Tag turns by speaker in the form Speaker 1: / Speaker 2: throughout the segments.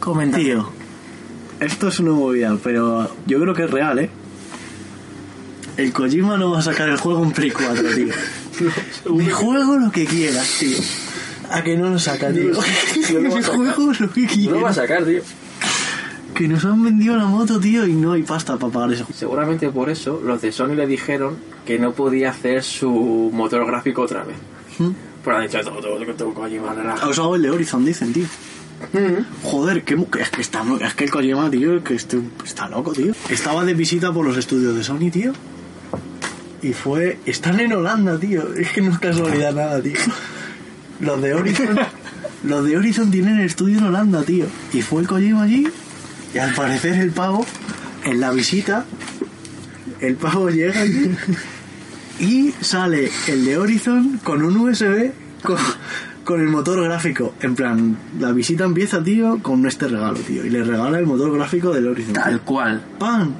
Speaker 1: Comenta.
Speaker 2: Tío, esto es una movida, pero yo creo que es real, ¿eh? El Kojima no va a sacar el juego en Play 4, tío. Me juego lo que quieras, tío. A que no lo saca, tío.
Speaker 1: No lo va a
Speaker 2: Me
Speaker 1: sacar.
Speaker 2: juego lo que
Speaker 1: No lo va a
Speaker 2: quieras.
Speaker 1: sacar, tío.
Speaker 2: Que nos han vendido la moto, tío, y no hay pasta para pagar eso.
Speaker 1: Seguramente por eso los de Sony le dijeron que no podía hacer su motor gráfico otra vez.
Speaker 3: ¿Mm?
Speaker 1: Pero han dicho todo, todo, todo, todo, Kojima,
Speaker 2: Ha
Speaker 1: relaja.
Speaker 2: usado el de Horizon, dicen, tío. Joder, qué mu- es que está mo- es que el Kojima, tío, que este- está loco, tío. Estaba de visita por los estudios de Sony, tío. Y fue. Están en Holanda, tío. Es que no es casualidad nada, tío. Los de Horizon. los de Horizon tienen el estudio en Holanda, tío. Y fue el Kojima allí. Y al parecer el pavo, en la visita, el pavo llega allí. Y sale el de Horizon con un USB con, con el motor gráfico. En plan, la visita empieza, tío, con este regalo, tío. Y le regala el motor gráfico del Horizon. tío.
Speaker 3: Tal cual.
Speaker 2: ¡Pam!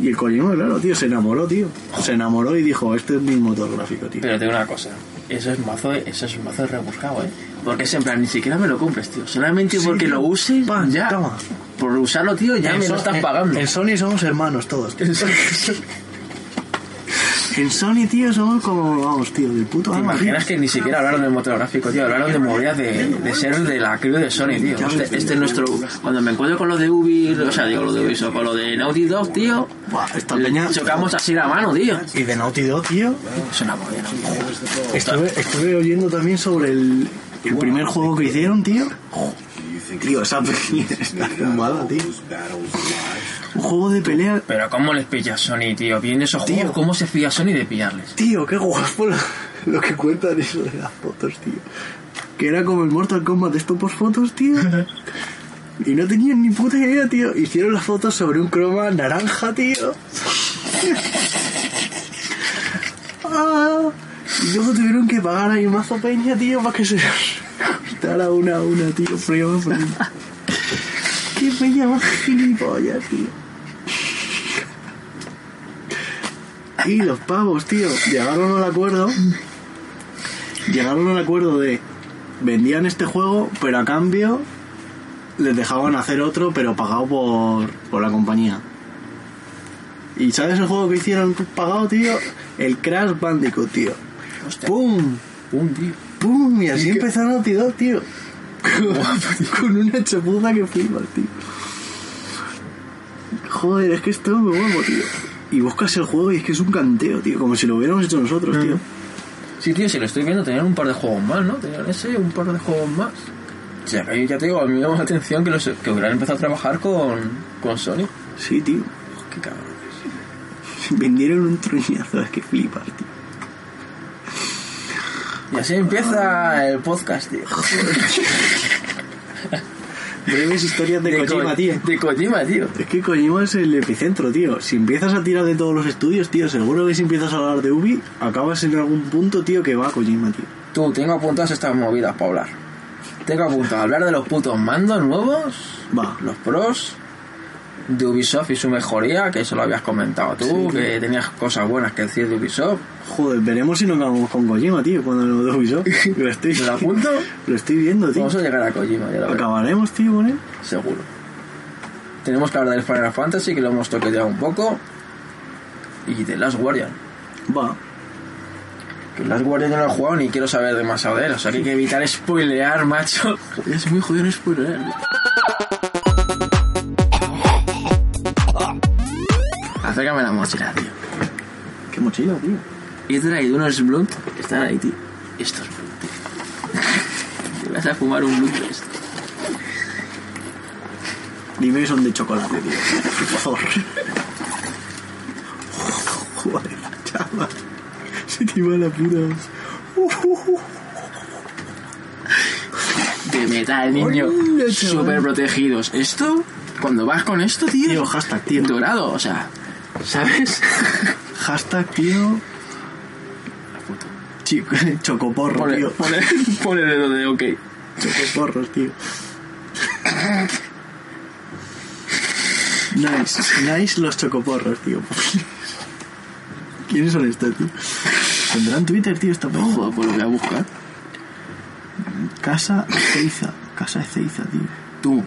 Speaker 2: Y el Kojima, claro, tío, se enamoró, tío. Se enamoró y dijo, este es mi motor gráfico, tío.
Speaker 3: Pero te digo una cosa, eso es mazo, de- eso es mazo de rebuscado, ¿eh? Porque es en plan, ni siquiera me lo compres, tío. Solamente
Speaker 2: Sí,
Speaker 3: porque
Speaker 2: tío.
Speaker 3: lo uses,
Speaker 2: Pan,
Speaker 3: ya.
Speaker 2: toma.
Speaker 3: Por usarlo, tío, ya
Speaker 2: En
Speaker 3: me
Speaker 2: So-
Speaker 3: lo estás
Speaker 2: en-
Speaker 3: pagando.
Speaker 2: En Sony somos hermanos todos. tío. En Sony, tío, somos como, vamos, tío, del puto
Speaker 3: ¿Te
Speaker 2: amo, tío.
Speaker 3: imaginas que ni siquiera hablaron del motor gráfico, tío? Hablaron de movidas de, de ser de la crew de Sony, tío. Este, este es nuestro... Cuando me encuentro con lo de Ubi, o sea, digo, lo de Ubisoft, con lo de Naughty Dog, tío,
Speaker 2: Buah, esta
Speaker 3: le
Speaker 2: peña-
Speaker 3: chocamos así la mano, tío.
Speaker 2: Y de Naughty Dog, tío,
Speaker 3: Es una movida.
Speaker 2: Estuve, estuve oyendo también sobre el, el primer juego que hicieron, tío. Tío, esa peña está fumada, tío. Un juego de pelea.
Speaker 3: Pero ¿cómo les pilla Sony, tío? Viene esos
Speaker 2: Tío.
Speaker 3: juegos, ¿cómo se pilla Sony de pillarles?
Speaker 2: Tío, qué guapo lo, lo que cuentan eso de las fotos, tío. Que era como el Mortal Kombat esto por fotos, tío. Y no tenían ni puta idea, tío. Hicieron las fotos sobre un croma naranja, tío. Ah, y luego tuvieron que pagar ahí mazo peña, tío, para que se cortara una a una, tío, frío, frío. Qué peña más gilipollas, tío. Y los pavos, tío, llegaron al acuerdo. Llegaron al acuerdo de vendían este juego, pero a cambio les dejaban hacer otro, pero pagado por, por la compañía. ¿Y sabes el juego que hicieron pagado, tío? El Crash Bandicoot, tío. ¡Pum!
Speaker 3: Un tío.
Speaker 2: ¡Pum! Y así empezó Naughty Dog, tío. Con una chapuza que flipas, tío. Joder, es que esto me guapo, tío. Y buscas el juego y es que es un canteo, tío. Como si lo hubiéramos hecho nosotros, tío.
Speaker 3: Sí, tío, si lo estoy viendo, tenían un par de juegos más, ¿no? Tenían ese, un par de juegos más. O sea, que ya te digo, a mí me llamó la atención que, los, que hubieran empezado a trabajar con, con Sony.
Speaker 2: Sí, tío.
Speaker 3: Qué cabrón.
Speaker 2: Vendieron un truñazo, es que flipas, tío.
Speaker 3: Y así empieza el podcast, tío.
Speaker 2: Breves historias de, Kojima,
Speaker 3: Ko-
Speaker 2: tío.
Speaker 3: De Kojima, tío.
Speaker 2: Es que Kojima es el epicentro, tío. Si empiezas a tirar de todos los estudios, tío, seguro que si empiezas a hablar de Ubi, acabas en algún punto, tío, que va Kojima, tío.
Speaker 3: Tú, tengo apuntadas estas movidas para hablar. Tengo apuntadas hablar de los putos mandos nuevos,
Speaker 2: Va.
Speaker 3: los pros, de Ubisoft y su mejoría, que eso lo habías comentado tú, que tenías cosas buenas que decir de Ubisoft.
Speaker 2: Joder, veremos si nos acabamos con Kojima, tío, cuando lo de Ubisoft. Lo estoy,
Speaker 3: ¿Me lo apunto?
Speaker 2: lo estoy viendo, tío.
Speaker 3: Vamos a llegar a Kojima, ya lo verás.
Speaker 2: Acabaremos, tío, con él.
Speaker 3: seguro. Tenemos que hablar del Final Fantasy, que lo hemos toqueteado un poco. Y de Last Guardian.
Speaker 2: Va.
Speaker 3: Que Last Guardian no lo he jugado ni quiero saber demasiado de él. O sea que hay que evitar spoilear, macho. Es muy jodido ¿eh? no spoilear. Acércame la mochila, tío.
Speaker 2: Qué mochila, tío.
Speaker 3: Y este he traído unos blunt que están ahí, tío. Estos blunt, tío. Te vas a fumar un blunt de estos.
Speaker 2: Dime que son de chocolate, tío. Por favor. Joder, chaval. Se te va la puta.
Speaker 3: De metal, niño.
Speaker 2: Hola, chaval.
Speaker 3: Súper protegidos. Esto, cuando vas con esto, tío.
Speaker 2: Tío, hashtag, tío.
Speaker 3: Dorado, o sea, ¿sabes?
Speaker 2: Hashtag, tío. Chico, chocoporro,
Speaker 3: Pone,
Speaker 2: tío.
Speaker 3: pone, pone dedo de ok.
Speaker 2: Chocoporros, tío. Nice, nice los chocoporros, tío. ¿Quiénes son estos, tío? ¿Tendrán Twitter, tío, esta peña?
Speaker 3: Joder, pues lo voy a buscar.
Speaker 2: Casa Ezeiza. Casa Ezeiza, tío.
Speaker 3: Tú,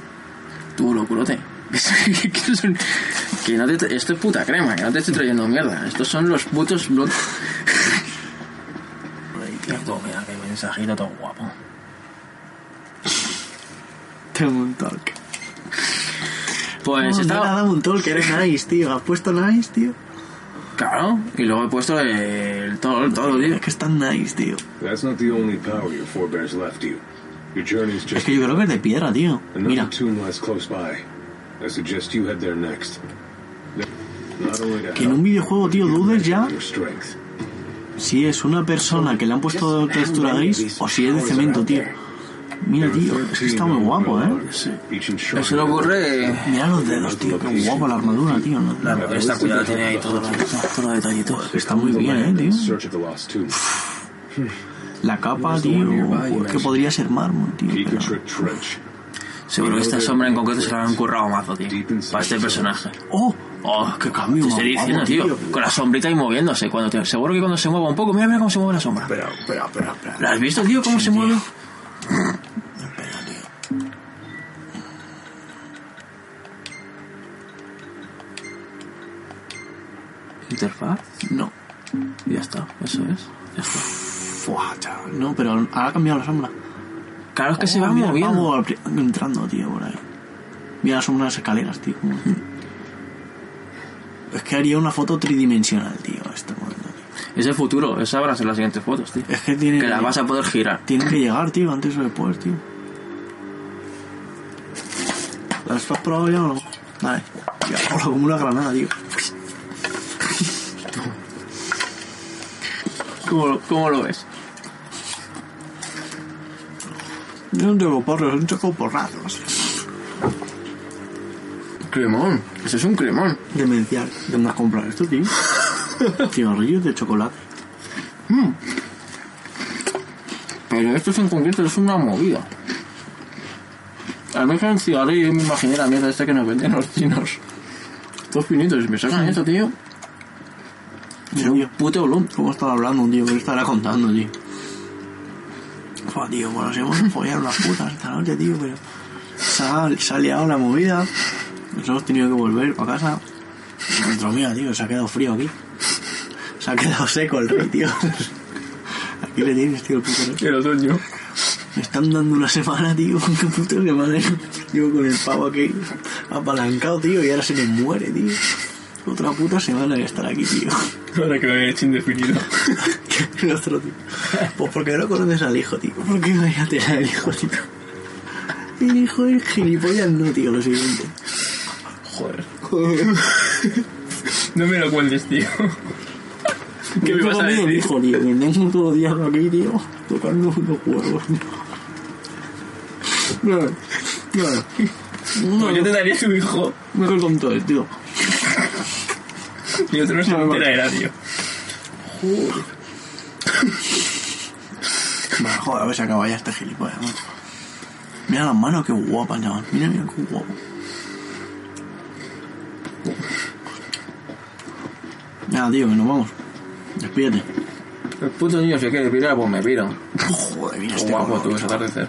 Speaker 3: tú, locurote. que, son- que no te, esto es puta crema, que no te estoy trayendo mierda. Estos son los putos blog. mira qué mensajito todo guapo.
Speaker 2: Te un talk.
Speaker 3: Pues
Speaker 2: Oh,
Speaker 3: estaba.
Speaker 2: mira, dame un talk, eres nice, tío. ¿Has puesto nice, tío?
Speaker 3: Claro, y luego he puesto el todo, el todo, tío.
Speaker 2: Es que están nice, tío.
Speaker 4: That's not the only power your forebears left you. Your journey's
Speaker 2: Es
Speaker 4: just
Speaker 2: que yo creo que es de piedra, tío.
Speaker 4: another
Speaker 2: Mira.
Speaker 4: tomb lies close by. I suggest you head there next. Not only to
Speaker 2: Que en
Speaker 4: help,
Speaker 2: un videojuego, tío,
Speaker 4: you
Speaker 2: dudes
Speaker 4: measure
Speaker 2: ya
Speaker 4: your strength.
Speaker 2: si es una persona que le han puesto textura gris o si es de cemento, tío. Mira, tío, es que está muy guapo, ¿eh?
Speaker 4: Each enshrined
Speaker 3: Eso le ocurre.
Speaker 2: Mira los dedos, tío. Qué guapo la armadura, tío. ¿no?
Speaker 3: Claro, esta cuidada tiene ahí todo, todo los detallitos.
Speaker 2: Está muy bien, ¿eh,
Speaker 4: in
Speaker 2: tío?
Speaker 4: search of the lost tomb.
Speaker 2: La capa, tío, que podría ser mármol, tío.
Speaker 4: He
Speaker 2: pero-
Speaker 4: could trick Trench.
Speaker 3: Seguro que esta sombra en concreto se la han currado mazo, tío. Para este personaje.
Speaker 2: ¡Oh!
Speaker 3: Oh,
Speaker 2: ¡Qué cambio,
Speaker 3: Te
Speaker 2: más
Speaker 3: estoy diciendo,
Speaker 2: guapo,
Speaker 3: tío. Con la sombrita ahí moviéndose. Cuando te- seguro que cuando se mueva un poco, mira, mira cómo se mueve la sombra.
Speaker 2: Espera, espera, espera, espera.
Speaker 3: ¿La has visto, tío, cómo
Speaker 2: Sí,
Speaker 3: se
Speaker 2: tío.
Speaker 3: mueve?
Speaker 2: Espera, tío.
Speaker 3: Interfaz.
Speaker 2: No.
Speaker 3: Ya está, eso es. Ya está.
Speaker 2: Fua, chaval. No, pero ahora ha cambiado la sombra.
Speaker 3: Claro es que se
Speaker 2: Oh,
Speaker 3: va
Speaker 2: mira,
Speaker 3: moviendo.
Speaker 2: vamos apri- entrando, tío, por ahí. Mira, son unas escaleras, tío. como- Es que haría una foto tridimensional, tío, a este momento, tío.
Speaker 3: Es el futuro, esas van a ser las siguientes fotos, tío.
Speaker 2: Es que tiene
Speaker 3: Que las vas a poder girar.
Speaker 2: Tienen que llegar, tío, antes o después, tío. ¿Las has probado ya o no? Vale. Tío, ahora como una granada, tío.
Speaker 3: ¿Cómo, lo- cómo lo ves?
Speaker 2: Yo no tengo porros, son chocoporrazos.
Speaker 3: Cremón. Eso es un cremón.
Speaker 2: Demencial. ¿Dónde has comprado esto, tío? Cigarrillos de chocolate.
Speaker 3: Pero esto es en concreto, es una movida. Al menos en cigarrillo yo me imaginé la mierda esta que nos venden los chinos. Dos pinitos, y me sacan esto, tío.
Speaker 2: Mira, tío.
Speaker 3: Puto olón.
Speaker 2: ¿Cómo estaba hablando, tío? ¿Qué estará contando, tío? Fua, tío, bueno, nos hemos follado las putas esta noche, tío, pero... Se ha, se ha liado la movida. Nos hemos tenido que volver para casa. Dentro mío, tío, se ha quedado frío aquí. Se ha quedado seco el rey, tío. Aquí le tienes, tío, el puto rey.
Speaker 3: El otoño.
Speaker 2: Me están dando una semana, tío. Qué puta semana. Llevo con el pavo aquí apalancado, tío, y ahora se me muere, tío. Otra puta semana de estar aquí, tío.
Speaker 3: Ahora que lo he hecho indefinido.
Speaker 2: El otro tío. Pues porque no conoces al hijo, tío. Porque vaya tela el hijo, tío. El hijo es gilipollas, no, tío, lo siguiente.
Speaker 3: Joder. No me lo cuentes, tío. ¿Qué me
Speaker 2: Yo
Speaker 3: vas a
Speaker 2: comí el
Speaker 3: decir?
Speaker 2: hijo, tío, que tengo todo el día aquí, tío, tocando unos huevos. No, no,
Speaker 3: Pues yo te daría tu hijo.
Speaker 2: mejor con todo, tío.
Speaker 3: Y otro no se
Speaker 2: No, no.
Speaker 3: entera era, tío.
Speaker 2: Vale, joder, a ver si acaba ya este gilipollas. macho. Mira las manos, qué guapas, chaval. Mira, mira, qué guapo. Nada, tío, que nos vamos. Despídete.
Speaker 3: El puto niño se quiere pirar, pues me piro. Pues
Speaker 2: Joder, mira este
Speaker 3: Guapo
Speaker 2: color,
Speaker 3: tú ese
Speaker 2: chaval.
Speaker 3: atardecer.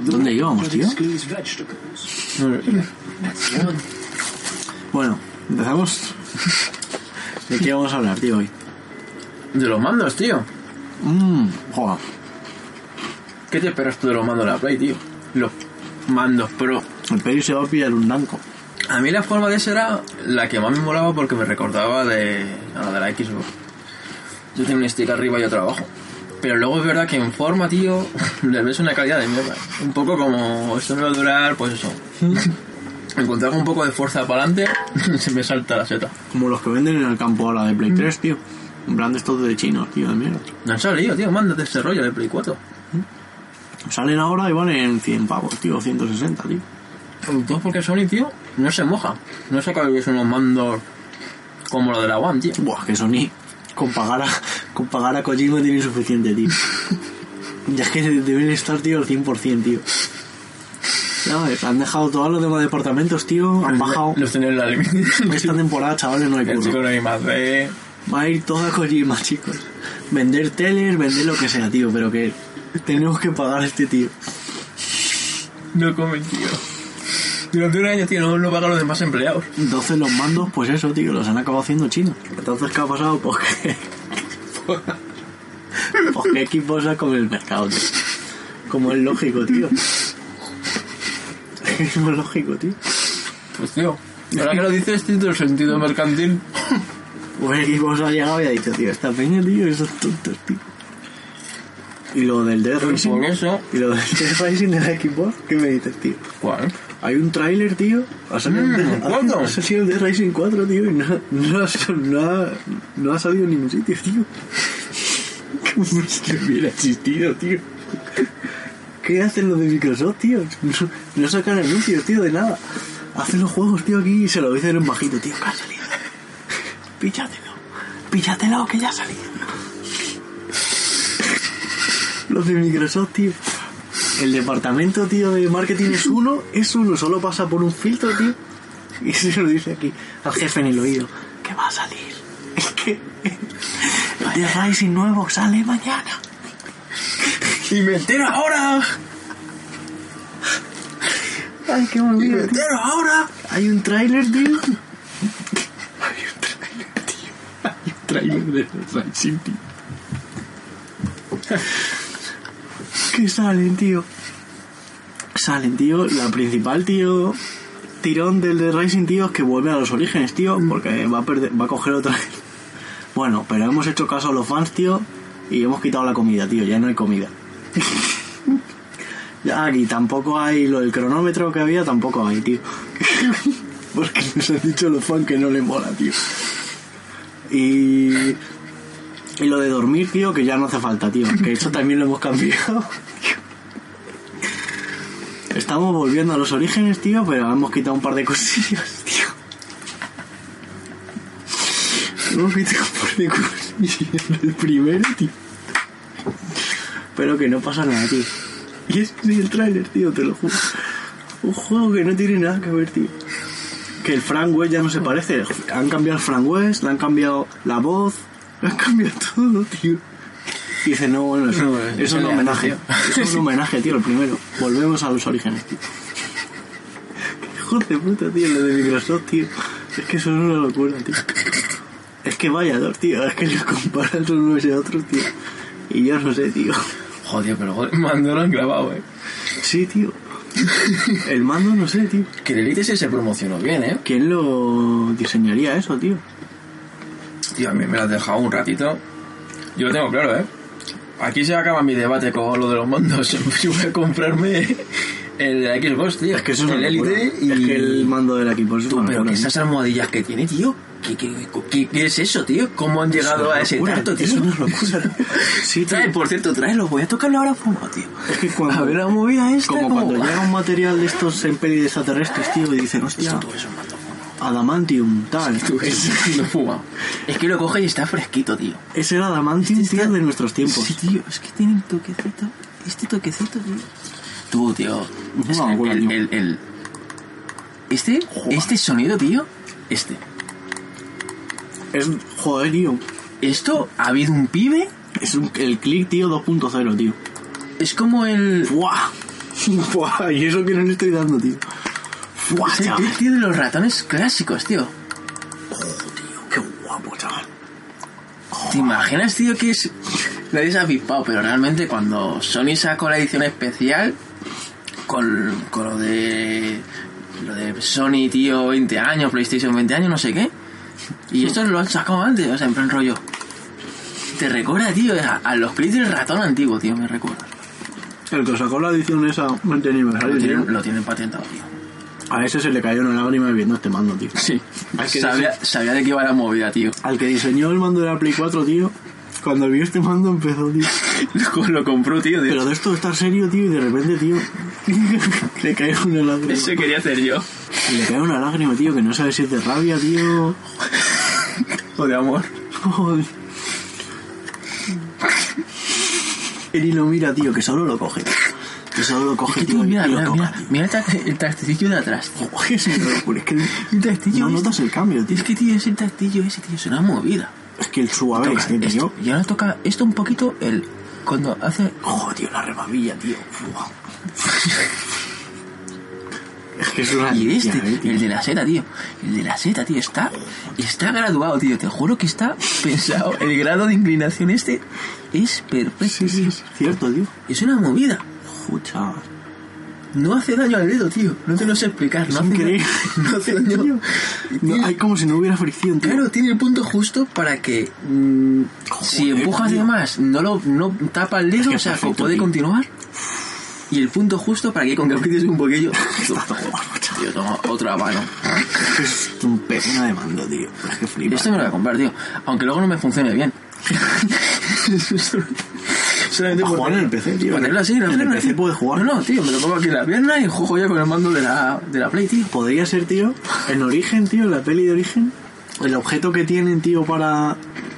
Speaker 2: ¿Dónde íbamos, tío? Bueno, empezamos. ¿De qué vamos a hablar, tío, hoy?
Speaker 3: De los mandos, tío.
Speaker 2: Mmm, joder.
Speaker 3: ¿Qué te esperas tú de los mandos de la Play, tío? Los mandos Pro.
Speaker 2: El peli se va a pillar un danco.
Speaker 3: A mí la forma de ese era la que más me molaba porque me recordaba de, a la de la Xbox. Yo tengo un stick arriba y otro abajo. Pero luego es verdad que en forma, tío, le ves una calidad de mierda. Un poco como esto me va a durar, pues eso. Encontrar un poco de fuerza para adelante, se me salta la seta.
Speaker 2: Como los que venden en el campo ahora de Play 3, tío. En plan de estos de chinos, tío, de mierda.
Speaker 3: No han salido, tío, mándate este rollo de Play 4.
Speaker 2: Salen ahora y valen 100 pavos, tío, 160, tío.
Speaker 3: Todo porque Sony, tío, no se moja. No sé cuál es unos mandos como lo de la One, tío.
Speaker 2: Buah, que Sony con pagar a, con pagar a Kojima tiene suficiente, tío. ya es que deben estar, tío, al 100%, tío. ¿Sabes? Han dejado todos los demás departamentos, tío. Han bajado.
Speaker 3: Los tienen en la
Speaker 2: Esta
Speaker 3: Limited.
Speaker 2: temporada, chavales, no hay
Speaker 3: El chico
Speaker 2: curro.
Speaker 3: no hay más de...
Speaker 2: Va a ir toda Kojima, chicos. Vender teles, vender lo que sea, tío, pero que tenemos que pagar a este tío.
Speaker 3: No comen, tío. Durante un año, tío, no, no pagan los demás empleados.
Speaker 2: Entonces los mandos, pues eso, tío, los han acabado haciendo chinos. Entonces, ¿qué ha pasado? Pues que... pues que equipo con el mercado, tío. Como es lógico, tío. Es Como es lógico, tío.
Speaker 3: Pues, tío, ahora que lo dices, tío, el sentido mercantil...
Speaker 2: O Pues el equipo ha llegado y ha dicho, tío, esta peña, tío, esos tontos, tío. Y lo del Dead Rising.
Speaker 3: Pues Por eso...
Speaker 2: Y lo del Dead Rising del equipo, ¿qué me dices, tío?
Speaker 3: ¿Cuál?
Speaker 2: Hay un tráiler, tío. Ha salido,
Speaker 3: Mm,
Speaker 2: un-
Speaker 3: ¿cuándo?
Speaker 2: ha salido el de Rising 4, tío, y no, no, ha, no, ha, no ha salido en ningún sitio, tío. Como si no hubiera existido, tío. ¿Qué hacen los de Microsoft, tío? No, no sacan anuncios, tío, de nada. Hacen los juegos, tío, aquí y se lo dicen en bajito, tío, que ha salido. Píllatelo. Píllatelo, que ya ha salido. Los de Microsoft, tío. El departamento, tío, de marketing es uno, es uno, solo pasa por un filtro, tío. Y se lo dice aquí al jefe en el oído, que va a salir. Es que el de Rising nuevo sale mañana.
Speaker 3: ¡Y me entero ahora!
Speaker 2: Ay, qué bonito. tío.
Speaker 3: entero ahora!
Speaker 2: Hay un tráiler, tío. Hay un tráiler, tío. Hay un tráiler de Dead Rising, tío. Que salen, tío. Salen, tío. La principal, tío. Tirón del de Rising, tío, es que vuelve a los orígenes, tío, porque va a perder, va a coger otra vez. Bueno, pero hemos hecho caso a los fans, tío, y hemos quitado la comida, tío, ya no hay comida. Ya, y tampoco hay lo del cronómetro que había, tampoco hay, tío. Porque nos han dicho los fans que no le mola, tío. Y. Y lo de dormir, tío, que ya no hace falta, tío. Que eso también lo hemos cambiado. Estamos volviendo a los orígenes, tío, pero hemos quitado un par de cosillas, tío. Hemos quitado un par de cosillas del primero, tío. Pero que no pasa nada, tío. Y es que es el tráiler, tío, te lo juro. Un juego que no tiene nada que ver, tío. Que el Frank West ya no se parece. Han cambiado el Frank West, le han cambiado la voz, le han cambiado todo, tío. Y dice, no, bueno, eso,
Speaker 3: No,
Speaker 2: eso
Speaker 3: es
Speaker 2: es un
Speaker 3: que le hace,
Speaker 2: homenaje.
Speaker 3: tío.
Speaker 2: Eso es un homenaje, tío, el primero. Volvemos a los orígenes, tío. Hijo de puta, tío, lo de Microsoft, tío. Es que son una locura, tío. Es que vaya, tío, es que los comparan los unos y otros, tío. Y yo no sé, tío.
Speaker 3: Joder, pero joder, mando lo han grabado, eh.
Speaker 2: Sí, tío. El mando no sé, tío.
Speaker 3: Que el Elite sí se promocionó bien, eh.
Speaker 2: ¿Quién lo diseñaría eso, tío?
Speaker 3: Tío, a mí me lo has dejado un ratito. Yo lo tengo claro, ¿eh? Aquí se acaba mi debate con lo de los mandos. Si voy a comprarme el de la Xbox, tío.
Speaker 2: Es que eso es
Speaker 3: el
Speaker 2: una locura.
Speaker 3: Elite y...
Speaker 2: Es que el mando del equipo es
Speaker 3: Tú,
Speaker 2: una
Speaker 3: pero que
Speaker 2: locura.
Speaker 3: esas almohadillas que tiene, tío. ¿Qué, qué, qué- qué es eso, tío? ¿Cómo han
Speaker 2: Es
Speaker 3: llegado
Speaker 2: una
Speaker 3: a ese
Speaker 2: locura,
Speaker 3: tanto, tío?
Speaker 2: Es una locura. Sí, tío.
Speaker 3: Trae, por cierto, tráelo. Voy a tocarlo ahora fumado, tío.
Speaker 2: Es que cuando-
Speaker 3: A ver la movida esta.
Speaker 2: Como
Speaker 3: ¿cómo
Speaker 2: cuando
Speaker 3: va?
Speaker 2: llega un material de estos en peli de extraterrestres, tío, y dicen, hostia,
Speaker 3: Tú eres un mando fumado.
Speaker 2: adamantium, tal.
Speaker 3: Tú eres un mando fumado. Es que lo coge y está fresquito, tío.
Speaker 2: Es el adamantium, tío, de nuestros tiempos.
Speaker 3: Este Sí, tío, es que tiene un toquecito. Este toquecito, tío. Tú, tío.
Speaker 2: Una
Speaker 3: es que
Speaker 2: locura,
Speaker 3: el,
Speaker 2: tío.
Speaker 3: el- el- Este, este sonido, tío. Este.
Speaker 2: Es, joder, tío.
Speaker 3: Esto, ha habido un pibe.
Speaker 2: Es un- el click, tío, 2.0, tío.
Speaker 3: Es como el.
Speaker 2: ¡Buah! ¡Buah! Y eso que no le estoy dando, tío. ¡Buah,
Speaker 3: Es el
Speaker 2: chaval!
Speaker 3: click, tío, de los ratones clásicos, tío.
Speaker 2: ¡Qué guapo, chaval!
Speaker 3: ¿Te imaginas, tío, que es. Nadie se ha flipado, pero realmente cuando Sony sacó la edición especial con, con lo de. Lo de Sony, tío, 20 años, PlayStation 20 años, no sé qué. Y esto lo han sacado antes, o sea, en plan rollo. Te recuerda, tío, a, a los clips del ratón antiguo, tío, me recuerda.
Speaker 2: El que sacó la edición esa 20
Speaker 3: Lo
Speaker 2: aniversario, tío.
Speaker 3: tienen, lo tienen patentado, tío.
Speaker 2: A ese se le cayó una lágrima viendo este mando, tío.
Speaker 3: Sí.
Speaker 2: Hay que
Speaker 3: Sabía,
Speaker 2: decir-
Speaker 3: sabía de qué iba la movida, tío.
Speaker 2: Al que diseñó el mando de la Play 4, tío, cuando vio este mando empezó, tío.
Speaker 3: Lo, lo compró, tío. de-
Speaker 2: Pero de esto de estar serio, tío, y de repente, tío, le cae una lágrima.
Speaker 3: Eso quería hacer yo.
Speaker 2: Le cae una lágrima, tío, que no sabe si es de rabia, tío.
Speaker 3: O de amor.
Speaker 2: Joder. Eri lo mira, tío, que solo lo coge. Que solo lo coge,
Speaker 3: Que tú,
Speaker 2: tío,
Speaker 3: mira,
Speaker 2: y lo
Speaker 3: mira, mira,
Speaker 2: toca.
Speaker 3: mira el tac- el tactillo de atrás. tío.
Speaker 2: Joder, es una locura, es que
Speaker 3: El tactillo
Speaker 2: no
Speaker 3: ese.
Speaker 2: notas el cambio, tío.
Speaker 3: Es que, tío, ese tactillo ese, tío, es una movida.
Speaker 2: Es que el suave
Speaker 3: Toca
Speaker 2: es que tío.
Speaker 3: esto. Y ahora toca esto un poquito el... Cuando hace...
Speaker 2: Joder, tío, la remavilla, tío. Buah. Es que es una
Speaker 3: Y este,
Speaker 2: bestia, eh, tío.
Speaker 3: el de la seta, tío. El de la seta, tío, está... Está graduado, tío. Te juro que está pensado. El grado de inclinación este es perfecto.
Speaker 2: Sí, sí,
Speaker 3: tío.
Speaker 2: es cierto, tío.
Speaker 3: Es una movida.
Speaker 2: Escucha.
Speaker 3: No hace daño al dedo, tío. No te lo sé explicar. No hace,
Speaker 2: increíble.
Speaker 3: daño- no hace daño.
Speaker 2: No, hay como si no hubiera fricción, tío.
Speaker 3: Claro, tiene el punto justo para que mm, si
Speaker 2: Joder,
Speaker 3: empujas
Speaker 2: tío.
Speaker 3: de más no lo no tapa el dedo,
Speaker 2: Es que
Speaker 3: o sea,
Speaker 2: perfecto,
Speaker 3: puede
Speaker 2: tío.
Speaker 3: continuar. Y el punto justo para que con que aprietes un poquillo. Tío, toma otra mano.
Speaker 2: Es un pepino de mando, tío. Es que flipa.
Speaker 3: Esto me lo voy a comprar, tío. Aunque luego no me funcione bien. Solamente
Speaker 2: Para
Speaker 3: por-
Speaker 2: jugar en el PC, tío.
Speaker 3: por tenerlo así en la
Speaker 2: En el
Speaker 3: pierna,
Speaker 2: PC
Speaker 3: tío.
Speaker 2: puedes jugar.
Speaker 3: No, no, tío, me lo pongo aquí en la pierna y juego ya con el mando de la, de la Play, tío.
Speaker 2: Podría ser, tío, en origen, tío, en la peli de origen, el objeto que tienen, tío, para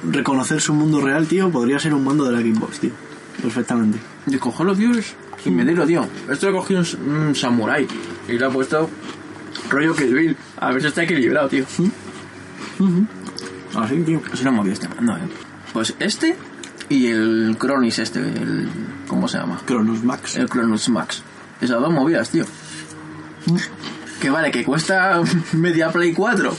Speaker 2: reconocer su mundo real, tío, podría ser un mando de la Xbox, tío. Perfectamente.
Speaker 3: Descojo los tíos sin medirlo, tío. Esto lo cogió un, s- un samurái y lo ha puesto rollo que Bill. A ver si está equilibrado, tío.
Speaker 2: Así, tío.
Speaker 3: Es una movida este mando, eh. Pues este y el Cronis este, el... ¿Cómo se llama?
Speaker 2: Cronos Max.
Speaker 3: El Cronus Max. Esas dos movidas, tío. Que vale, que cuesta media Play 4.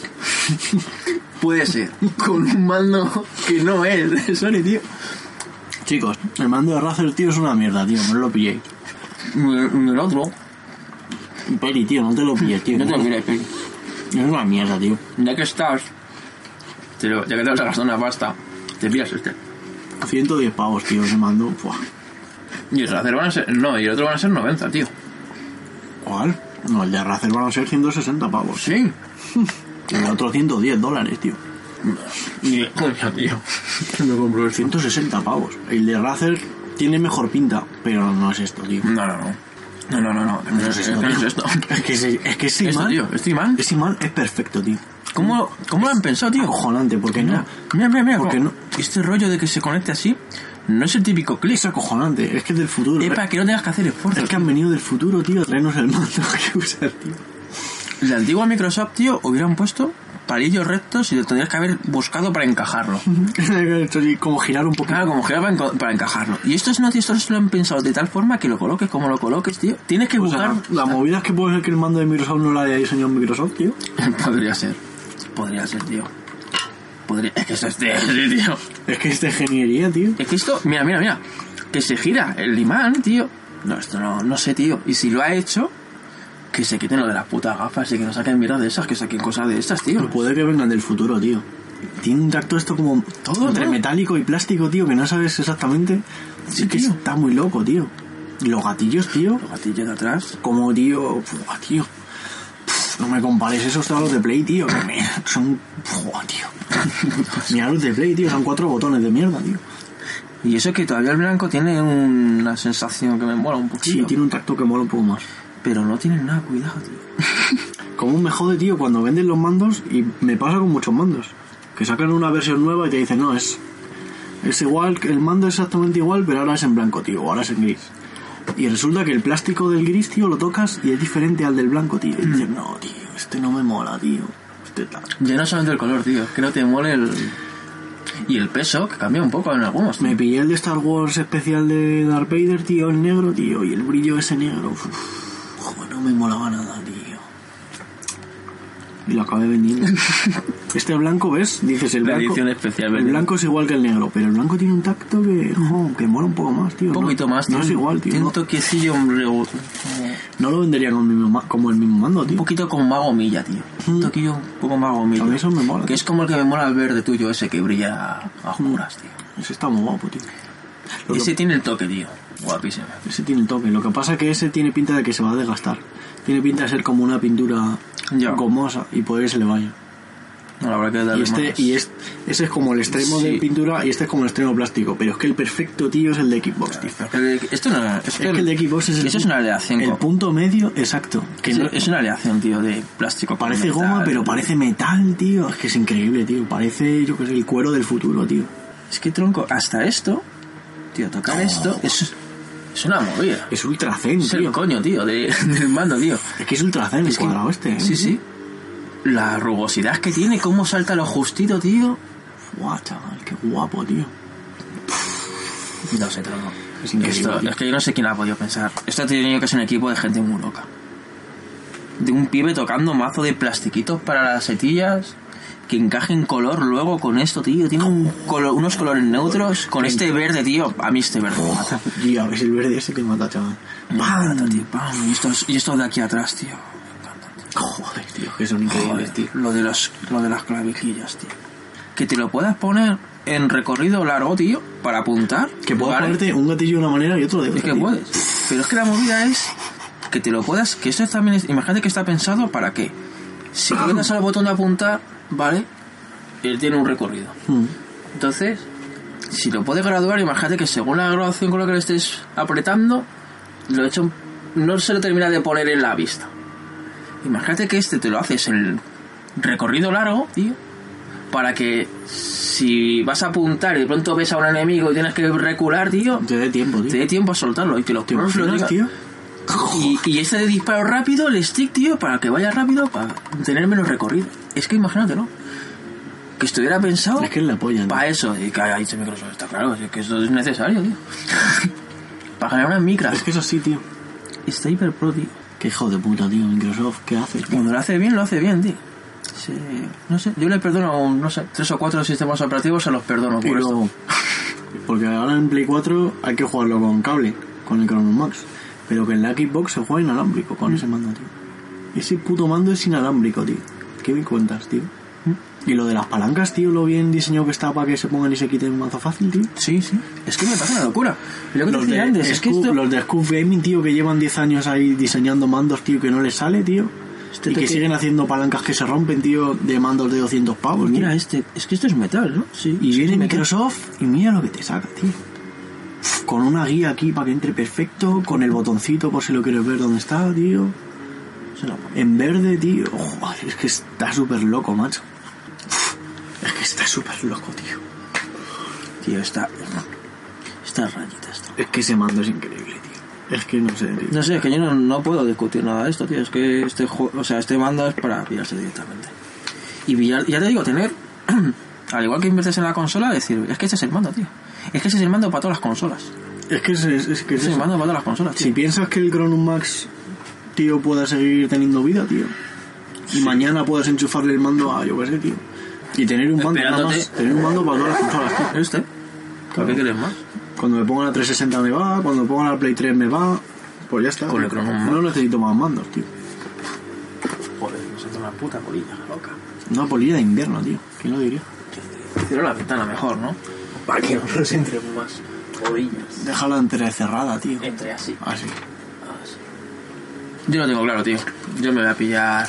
Speaker 3: Puede ser. Con un mando que no es de Sony, tío.
Speaker 2: Chicos, el mando de Razer, tío, es una mierda, tío. No lo pilléis.
Speaker 3: El el otro.
Speaker 2: Peri, tío, no te lo pilles, tío.
Speaker 3: No te lo mires, Peri.
Speaker 2: Es una mierda, tío.
Speaker 3: Ya que estás, te lo- ya que te vas a gastar una pasta, te pillas este.
Speaker 2: 110 pavos, tío, ese mando. Buah.
Speaker 3: Y el Razer van a ser. No, y el otro van a ser 90, tío.
Speaker 2: ¿Cuál? No, el de Razer van a ser 160 pavos.
Speaker 3: Sí.
Speaker 2: Y el otro 110 dólares, tío.
Speaker 3: Y coño, tío. Me compro el 100.
Speaker 2: 160 pavos. El de Razer tiene mejor pinta, pero no es esto, tío.
Speaker 3: No, no, no. No, no, no, no. No es esto. No es esto.
Speaker 2: Es que, ese- es que ese
Speaker 3: Esto, Ah,
Speaker 2: imán,
Speaker 3: tío, este imán.
Speaker 2: ese imán es perfecto, tío.
Speaker 3: ¿Cómo, ¿Cómo lo han pensado, tío?
Speaker 2: Acojonante, porque no.
Speaker 3: Mira, mira, mira. mira,
Speaker 2: ¿Por qué
Speaker 3: como-
Speaker 2: no?
Speaker 3: Este rollo de que se conecte así no es el típico clic.
Speaker 2: Es acojonante, es que es del futuro.
Speaker 3: Es para que no tengas que hacer esfuerzo.
Speaker 2: Es que han venido del futuro, tío, a traernos el mando que usar, tío.
Speaker 3: La antigua Microsoft, tío, hubieran puesto palillos rectos y lo tendrías que haber buscado para encajarlo.
Speaker 2: Entonces, como girar un poco.
Speaker 3: Claro, como giraba para, enco- para encajarlo. Y estos no, tío, estos lo han pensado de tal forma que lo coloques como lo coloques, tío. Tienes que
Speaker 2: O
Speaker 3: buscar.
Speaker 2: sea, Pues la movida es que puede ser que el mando de Microsoft no la haya diseñado Microsoft, tío.
Speaker 3: Podría ser. Podría ser, tío. Podría. Es que esto es de, sí, tío.
Speaker 2: Es que es de ingeniería, tío.
Speaker 3: Es que esto. Mira, mira, mira. Que se gira el imán, tío. No, esto no, no sé, tío. Y si lo ha hecho, que se quiten lo de las putas gafas y que no saquen mierdas de esas, que saquen cosas de estas, tío.
Speaker 2: Pero puede que vengan del futuro, tío. Tiene un tacto esto como todo entre
Speaker 3: ¿no?
Speaker 2: metálico y plástico, tío, que no sabes exactamente.
Speaker 3: Sí,
Speaker 2: Sí, que
Speaker 3: tío.
Speaker 2: está muy loco, tío. Y los gatillos, tío.
Speaker 3: Los gatillos de atrás.
Speaker 2: Como, tío, buah, tío. Pff, No me compares esos a los de Play, tío. que me- son. Buah, tío. Mira los de Play, tío. Son cuatro botones de mierda, tío.
Speaker 3: Y eso que todavía el blanco tiene una sensación que me mola
Speaker 2: Sí,
Speaker 3: un poquito.
Speaker 2: tiene un tacto que mola un poco más.
Speaker 3: Pero no tienen nada cuidado, tío.
Speaker 2: Como me jode, tío, cuando venden los mandos y me pasa con muchos mandos. Que sacan una versión nueva y te dicen, no, es. Es igual, que- el mando es exactamente igual, pero ahora es en blanco, tío, o ahora es en gris. Y resulta que el plástico del gris, tío, lo tocas y es diferente al del blanco, tío. Y dices, no, tío, este no me mola, tío. Este tal.
Speaker 3: Ya no solamente el color, tío. Es que no te mole el. Y el peso, que cambia un poco en algunos. tío.
Speaker 2: Me pillé el de Star Wars especial de Darth Vader, tío, el negro, tío, y el brillo ese negro. Uf, joder, no me molaba nada, tío. Y lo acabé vendiendo. este blanco, ¿ves? Dices el
Speaker 3: La
Speaker 2: blanco.
Speaker 3: edición especial,
Speaker 2: el
Speaker 3: ¿verdad?
Speaker 2: blanco es igual que el negro, pero el blanco tiene un tacto que, jo, que mola un poco más, tío.
Speaker 3: Un
Speaker 2: ¿no?
Speaker 3: poquito más,
Speaker 2: No
Speaker 3: tío.
Speaker 2: es igual, tío.
Speaker 3: Tiene
Speaker 2: No,
Speaker 3: un toquecillo, un rebo-
Speaker 2: no lo vendería con el mismo ma- como el mismo mando,
Speaker 3: Un
Speaker 2: tío.
Speaker 3: poquito como mago milla, tío.
Speaker 2: Mm.
Speaker 3: Un toquillo un poco mago milla.
Speaker 2: A mí eso me mola,
Speaker 3: Que es como el que me mola el verde tuyo, ese que brilla a oscuras, tío.
Speaker 2: Ese está muy guapo, tío. Lo que-
Speaker 3: Ese tiene el toque, tío. Guapísimo.
Speaker 2: ese tiene el toque. Lo que pasa es que ese tiene pinta de que se va a desgastar. Tiene pinta de ser como una pintura
Speaker 3: Ya.
Speaker 2: gomosa y puede que se le vaya.
Speaker 3: Habrá que darle
Speaker 2: Y, este,
Speaker 3: más.
Speaker 2: y es, ese es como el extremo de
Speaker 3: Sí.
Speaker 2: pintura y este es como el extremo plástico. Pero es que el perfecto, tío, es el de Xbox, tío.
Speaker 3: El de- esto no es,
Speaker 2: Es que el de Xbox es el,
Speaker 3: Eso es una aleación.
Speaker 2: El
Speaker 3: co-
Speaker 2: punto medio, exacto. Que
Speaker 3: es,
Speaker 2: no-
Speaker 3: es una aleación, tío, de plástico. con
Speaker 2: parece
Speaker 3: metal.
Speaker 2: goma, pero parece metal, tío. Es que es increíble, tío. Parece, yo que sé, el cuero del futuro, tío.
Speaker 3: Es que tronco, hasta esto, tío, tocar esto es, es una movida.
Speaker 2: Es ultra zen,
Speaker 3: Es el
Speaker 2: tío.
Speaker 3: coño, Oh. tío, de- del mando, tío.
Speaker 2: Es que es ultra zen el
Speaker 3: Es que-
Speaker 2: cuadrado este. ¿eh?
Speaker 3: Sí, sí. La rugosidad que tiene, cómo salta lo justito, tío.
Speaker 2: Guau, chaval, qué guapo, tío.
Speaker 3: No sé, tronco.
Speaker 2: Es increíble,
Speaker 3: Esto-
Speaker 2: tío.
Speaker 3: es que yo no sé quién lo ha podido pensar. Esto ha tenido que ser un equipo de gente muy loca. De un pibe tocando mazo de plastiquitos para las setillas que encajen color luego con esto, tío. Tiene un colo- unos colores neutros con este verde, tío. A mí este verde me mata.
Speaker 2: Tío, es el verde ese que mata, chaval.
Speaker 3: Me mata, tío. Pam, Y estos, y estos de aquí atrás, tío. Me encanta.
Speaker 2: Joder, tío, que son
Speaker 3: Joder,
Speaker 2: increíbles, tío.
Speaker 3: Lo de, las, lo de las clavijillas, tío. Que te lo puedas poner en recorrido largo, tío, para apuntar.
Speaker 2: Que puedas
Speaker 3: Vale.
Speaker 2: ponerte un gatillo de una manera y otro de otra.
Speaker 3: Es que
Speaker 2: tío.
Speaker 3: puedes. Pero es que la movida es que te lo puedas. Que esto también es. Imagínate que está pensado para que. Si tú le das al botón de apuntar, ¿vale? Él tiene un recorrido.
Speaker 2: Mm.
Speaker 3: Entonces, si lo puedes graduar, imagínate que según la graduación con la que le estés apretando, lo hecho no se lo termina de poner en la vista. Imagínate que este te lo haces en el recorrido largo, tío, para que si vas a apuntar y de pronto ves a un enemigo y tienes que recular, tío,
Speaker 2: Te dé tiempo, tío.
Speaker 3: te dé tiempo a soltarlo y que los
Speaker 2: ¿Te
Speaker 3: perros lo
Speaker 2: imaginas, tío?
Speaker 3: digan. Y, y este de disparo rápido, el stick, tío, para que vaya rápido, para tener menos recorrido. Es que imagínate, ¿no? Que estuviera pensado
Speaker 2: Es que es la polla, tío.
Speaker 3: para eso. Y que haya dicho Microsoft, está claro, es que eso es necesario, tío. para ganar una micra.
Speaker 2: Es que eso sí, tío.
Speaker 3: Está hiper pro, tío.
Speaker 2: Qué hijo de puta, tío. Microsoft, ¿qué hace? tío?
Speaker 3: Cuando lo hace bien, lo hace bien, tío. Sí, no sé, yo le perdono, no sé, tres o cuatro sistemas operativos se los perdono por esto.
Speaker 2: Pero... Porque ahora en Play 4 hay que jugarlo con cable, con el Chrono Max. Pero que en la Xbox se juega inalámbrico
Speaker 3: Mm.
Speaker 2: con ese mando, tío. Ese puto mando es inalámbrico, tío. ¿Qué me cuentas, tío?
Speaker 3: Mm.
Speaker 2: Y lo de las palancas, tío, lo bien diseñado que está para que se pongan y se quiten mazo fácil, tío.
Speaker 3: Sí, sí. Es que me parece una locura. Y Lo que te
Speaker 2: Los
Speaker 3: decía
Speaker 2: de,
Speaker 3: antes, es que
Speaker 2: Scoop-
Speaker 3: esto...
Speaker 2: los de Scoop Gaming, tío, que llevan 10 años ahí diseñando mandos, tío, que no les sale, tío.
Speaker 3: Este
Speaker 2: y que
Speaker 3: toque-
Speaker 2: siguen haciendo palancas que se rompen, tío, de mandos de 200 pavos, tío.
Speaker 3: Mira este, es que esto es metal, ¿no? Sí.
Speaker 2: Y viene
Speaker 3: metal.
Speaker 2: Microsoft y mira lo que te saca, tío. Con una guía aquí para que entre perfecto, con el botoncito por si lo quieres ver dónde está, tío.
Speaker 3: Es una polla.
Speaker 2: En verde, tío. Joder, es que está súper loco, macho. Es que está súper loco, tío.
Speaker 3: Tío, está... Estas rayitas, tío.
Speaker 2: Es que ese mando es increíble, tío. Es que no sé, tío.
Speaker 3: No sé, es que yo no, no puedo discutir nada de esto, tío. Es que este juego, o sea, este bando es para pillarse directamente. Y pillar, ya te digo, tener, al igual que inviertes en la consola, decir, es que este es el mando, tío. Es que este es el mando para todas las consolas.
Speaker 2: Es que es, es- es que es
Speaker 3: Este es el
Speaker 2: eso.
Speaker 3: mando para todas las consolas, tío.
Speaker 2: Si piensas que el Chronum Max, tío, pueda seguir teniendo vida, tío. Y mañana puedas enchufarle el mando a, yo qué sé, tío. Y tener un mando, nada más,
Speaker 3: Esperándote.
Speaker 2: tener un mando para todas las consolas, tío.
Speaker 3: Este. ¿Para ¿Qué quieres más?
Speaker 2: Cuando me pongan la 360 me va, cuando me pongan la Play 3 me va, pues ya está.
Speaker 3: Con el
Speaker 2: tío.
Speaker 3: Chrono Max.
Speaker 2: no necesito más mandos, tío.
Speaker 3: Joder, nos hace una puta colilla, loca.
Speaker 2: Una polilla de invierno, tío. ¿Quién lo diría?
Speaker 3: Cierra la ventana mejor, ¿no?
Speaker 1: Para que no nos entre más orillas.
Speaker 2: Déjala entrecerrada, tío.
Speaker 3: Eh.
Speaker 2: Ah,
Speaker 1: Entre así.
Speaker 2: Así.
Speaker 3: Yo lo tengo claro, tío. Yo me voy a pillar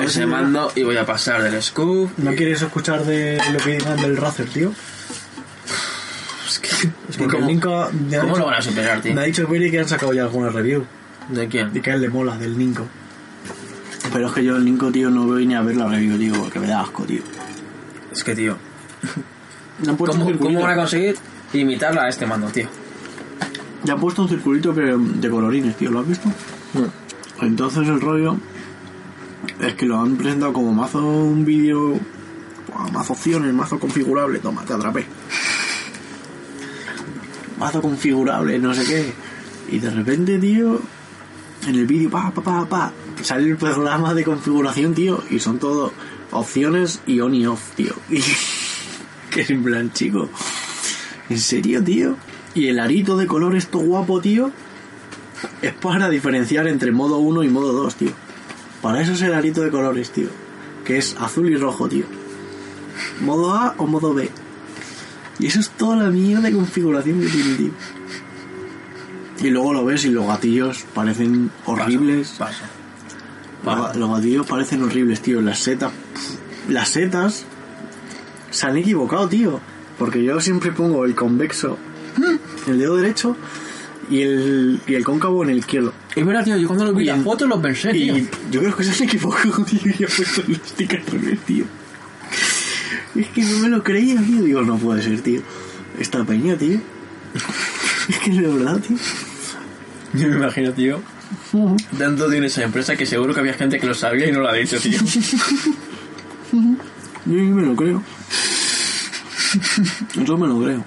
Speaker 3: ese mando y voy a pasar del scoop.
Speaker 2: ¿No quieres escuchar de lo que digan del Razer, tío?
Speaker 3: Es que, es que
Speaker 2: Porque
Speaker 3: ¿cómo,
Speaker 2: nunca- me ha
Speaker 3: ¿cómo
Speaker 2: dicho-
Speaker 3: lo van a superar, tío?
Speaker 2: Me ha dicho Piri que han sacado ya alguna review.
Speaker 3: ¿De
Speaker 2: Y
Speaker 3: quién?
Speaker 2: que a él le mola, del Ninco. Pero es que yo el Ninco, tío, no voy ni a ver la review, tío, porque me da asco, tío.
Speaker 3: Es que, tío,
Speaker 2: Ya han puesto, un
Speaker 3: ¿cómo,
Speaker 2: circulito,
Speaker 3: cómo van a conseguir imitarla a este mando, tío?
Speaker 2: ya han puesto un circulito que, de colorines, tío, ¿lo has visto? Entonces el rollo es que lo han presentado como mazo un vídeo, buah, mazo opciones, mazo configurable, toma, te atrapé. Mazo configurable, no sé qué. Y de repente, tío, en el vídeo, pa, pa, pa, pa, sale el programa de configuración, tío, y son todo opciones y on y off, tío. Y que es en plan, chico, ¿en serio, tío? Y el arito de color esto guapo, tío, es para diferenciar entre modo 1 y modo 2, tío. Para eso es el arito de colores, tío. Que es azul y rojo, tío. Modo A o modo B. Y eso es toda la mierda de configuración que tiene, tío. Y luego lo ves y los gatillos parecen horribles.
Speaker 3: Paso.
Speaker 2: Los, ga- los gatillos parecen horribles, tío. Las setas. pff, las setas se han equivocado, tío. Porque yo siempre pongo el convexo en el dedo derecho y el, y el cóncavo en el izquierdo.
Speaker 3: Es verdad, tío, yo cuando lo vi
Speaker 2: Y
Speaker 3: la
Speaker 2: en-
Speaker 3: foto lo pensé, tío.
Speaker 2: Y yo creo que se han equivocado, tío. Y he puesto el sticker al revés, tío. Es que no me lo creía, tío. Digo, no puede ser, tío. Esta peña, tío. Es que es de verdad, tío.
Speaker 3: Yo me imagino, tío. Tanto tiene esa empresa que seguro que había gente que lo sabía y no lo ha dicho, tío.
Speaker 2: Yo ni me lo creo. Yo me lo creo.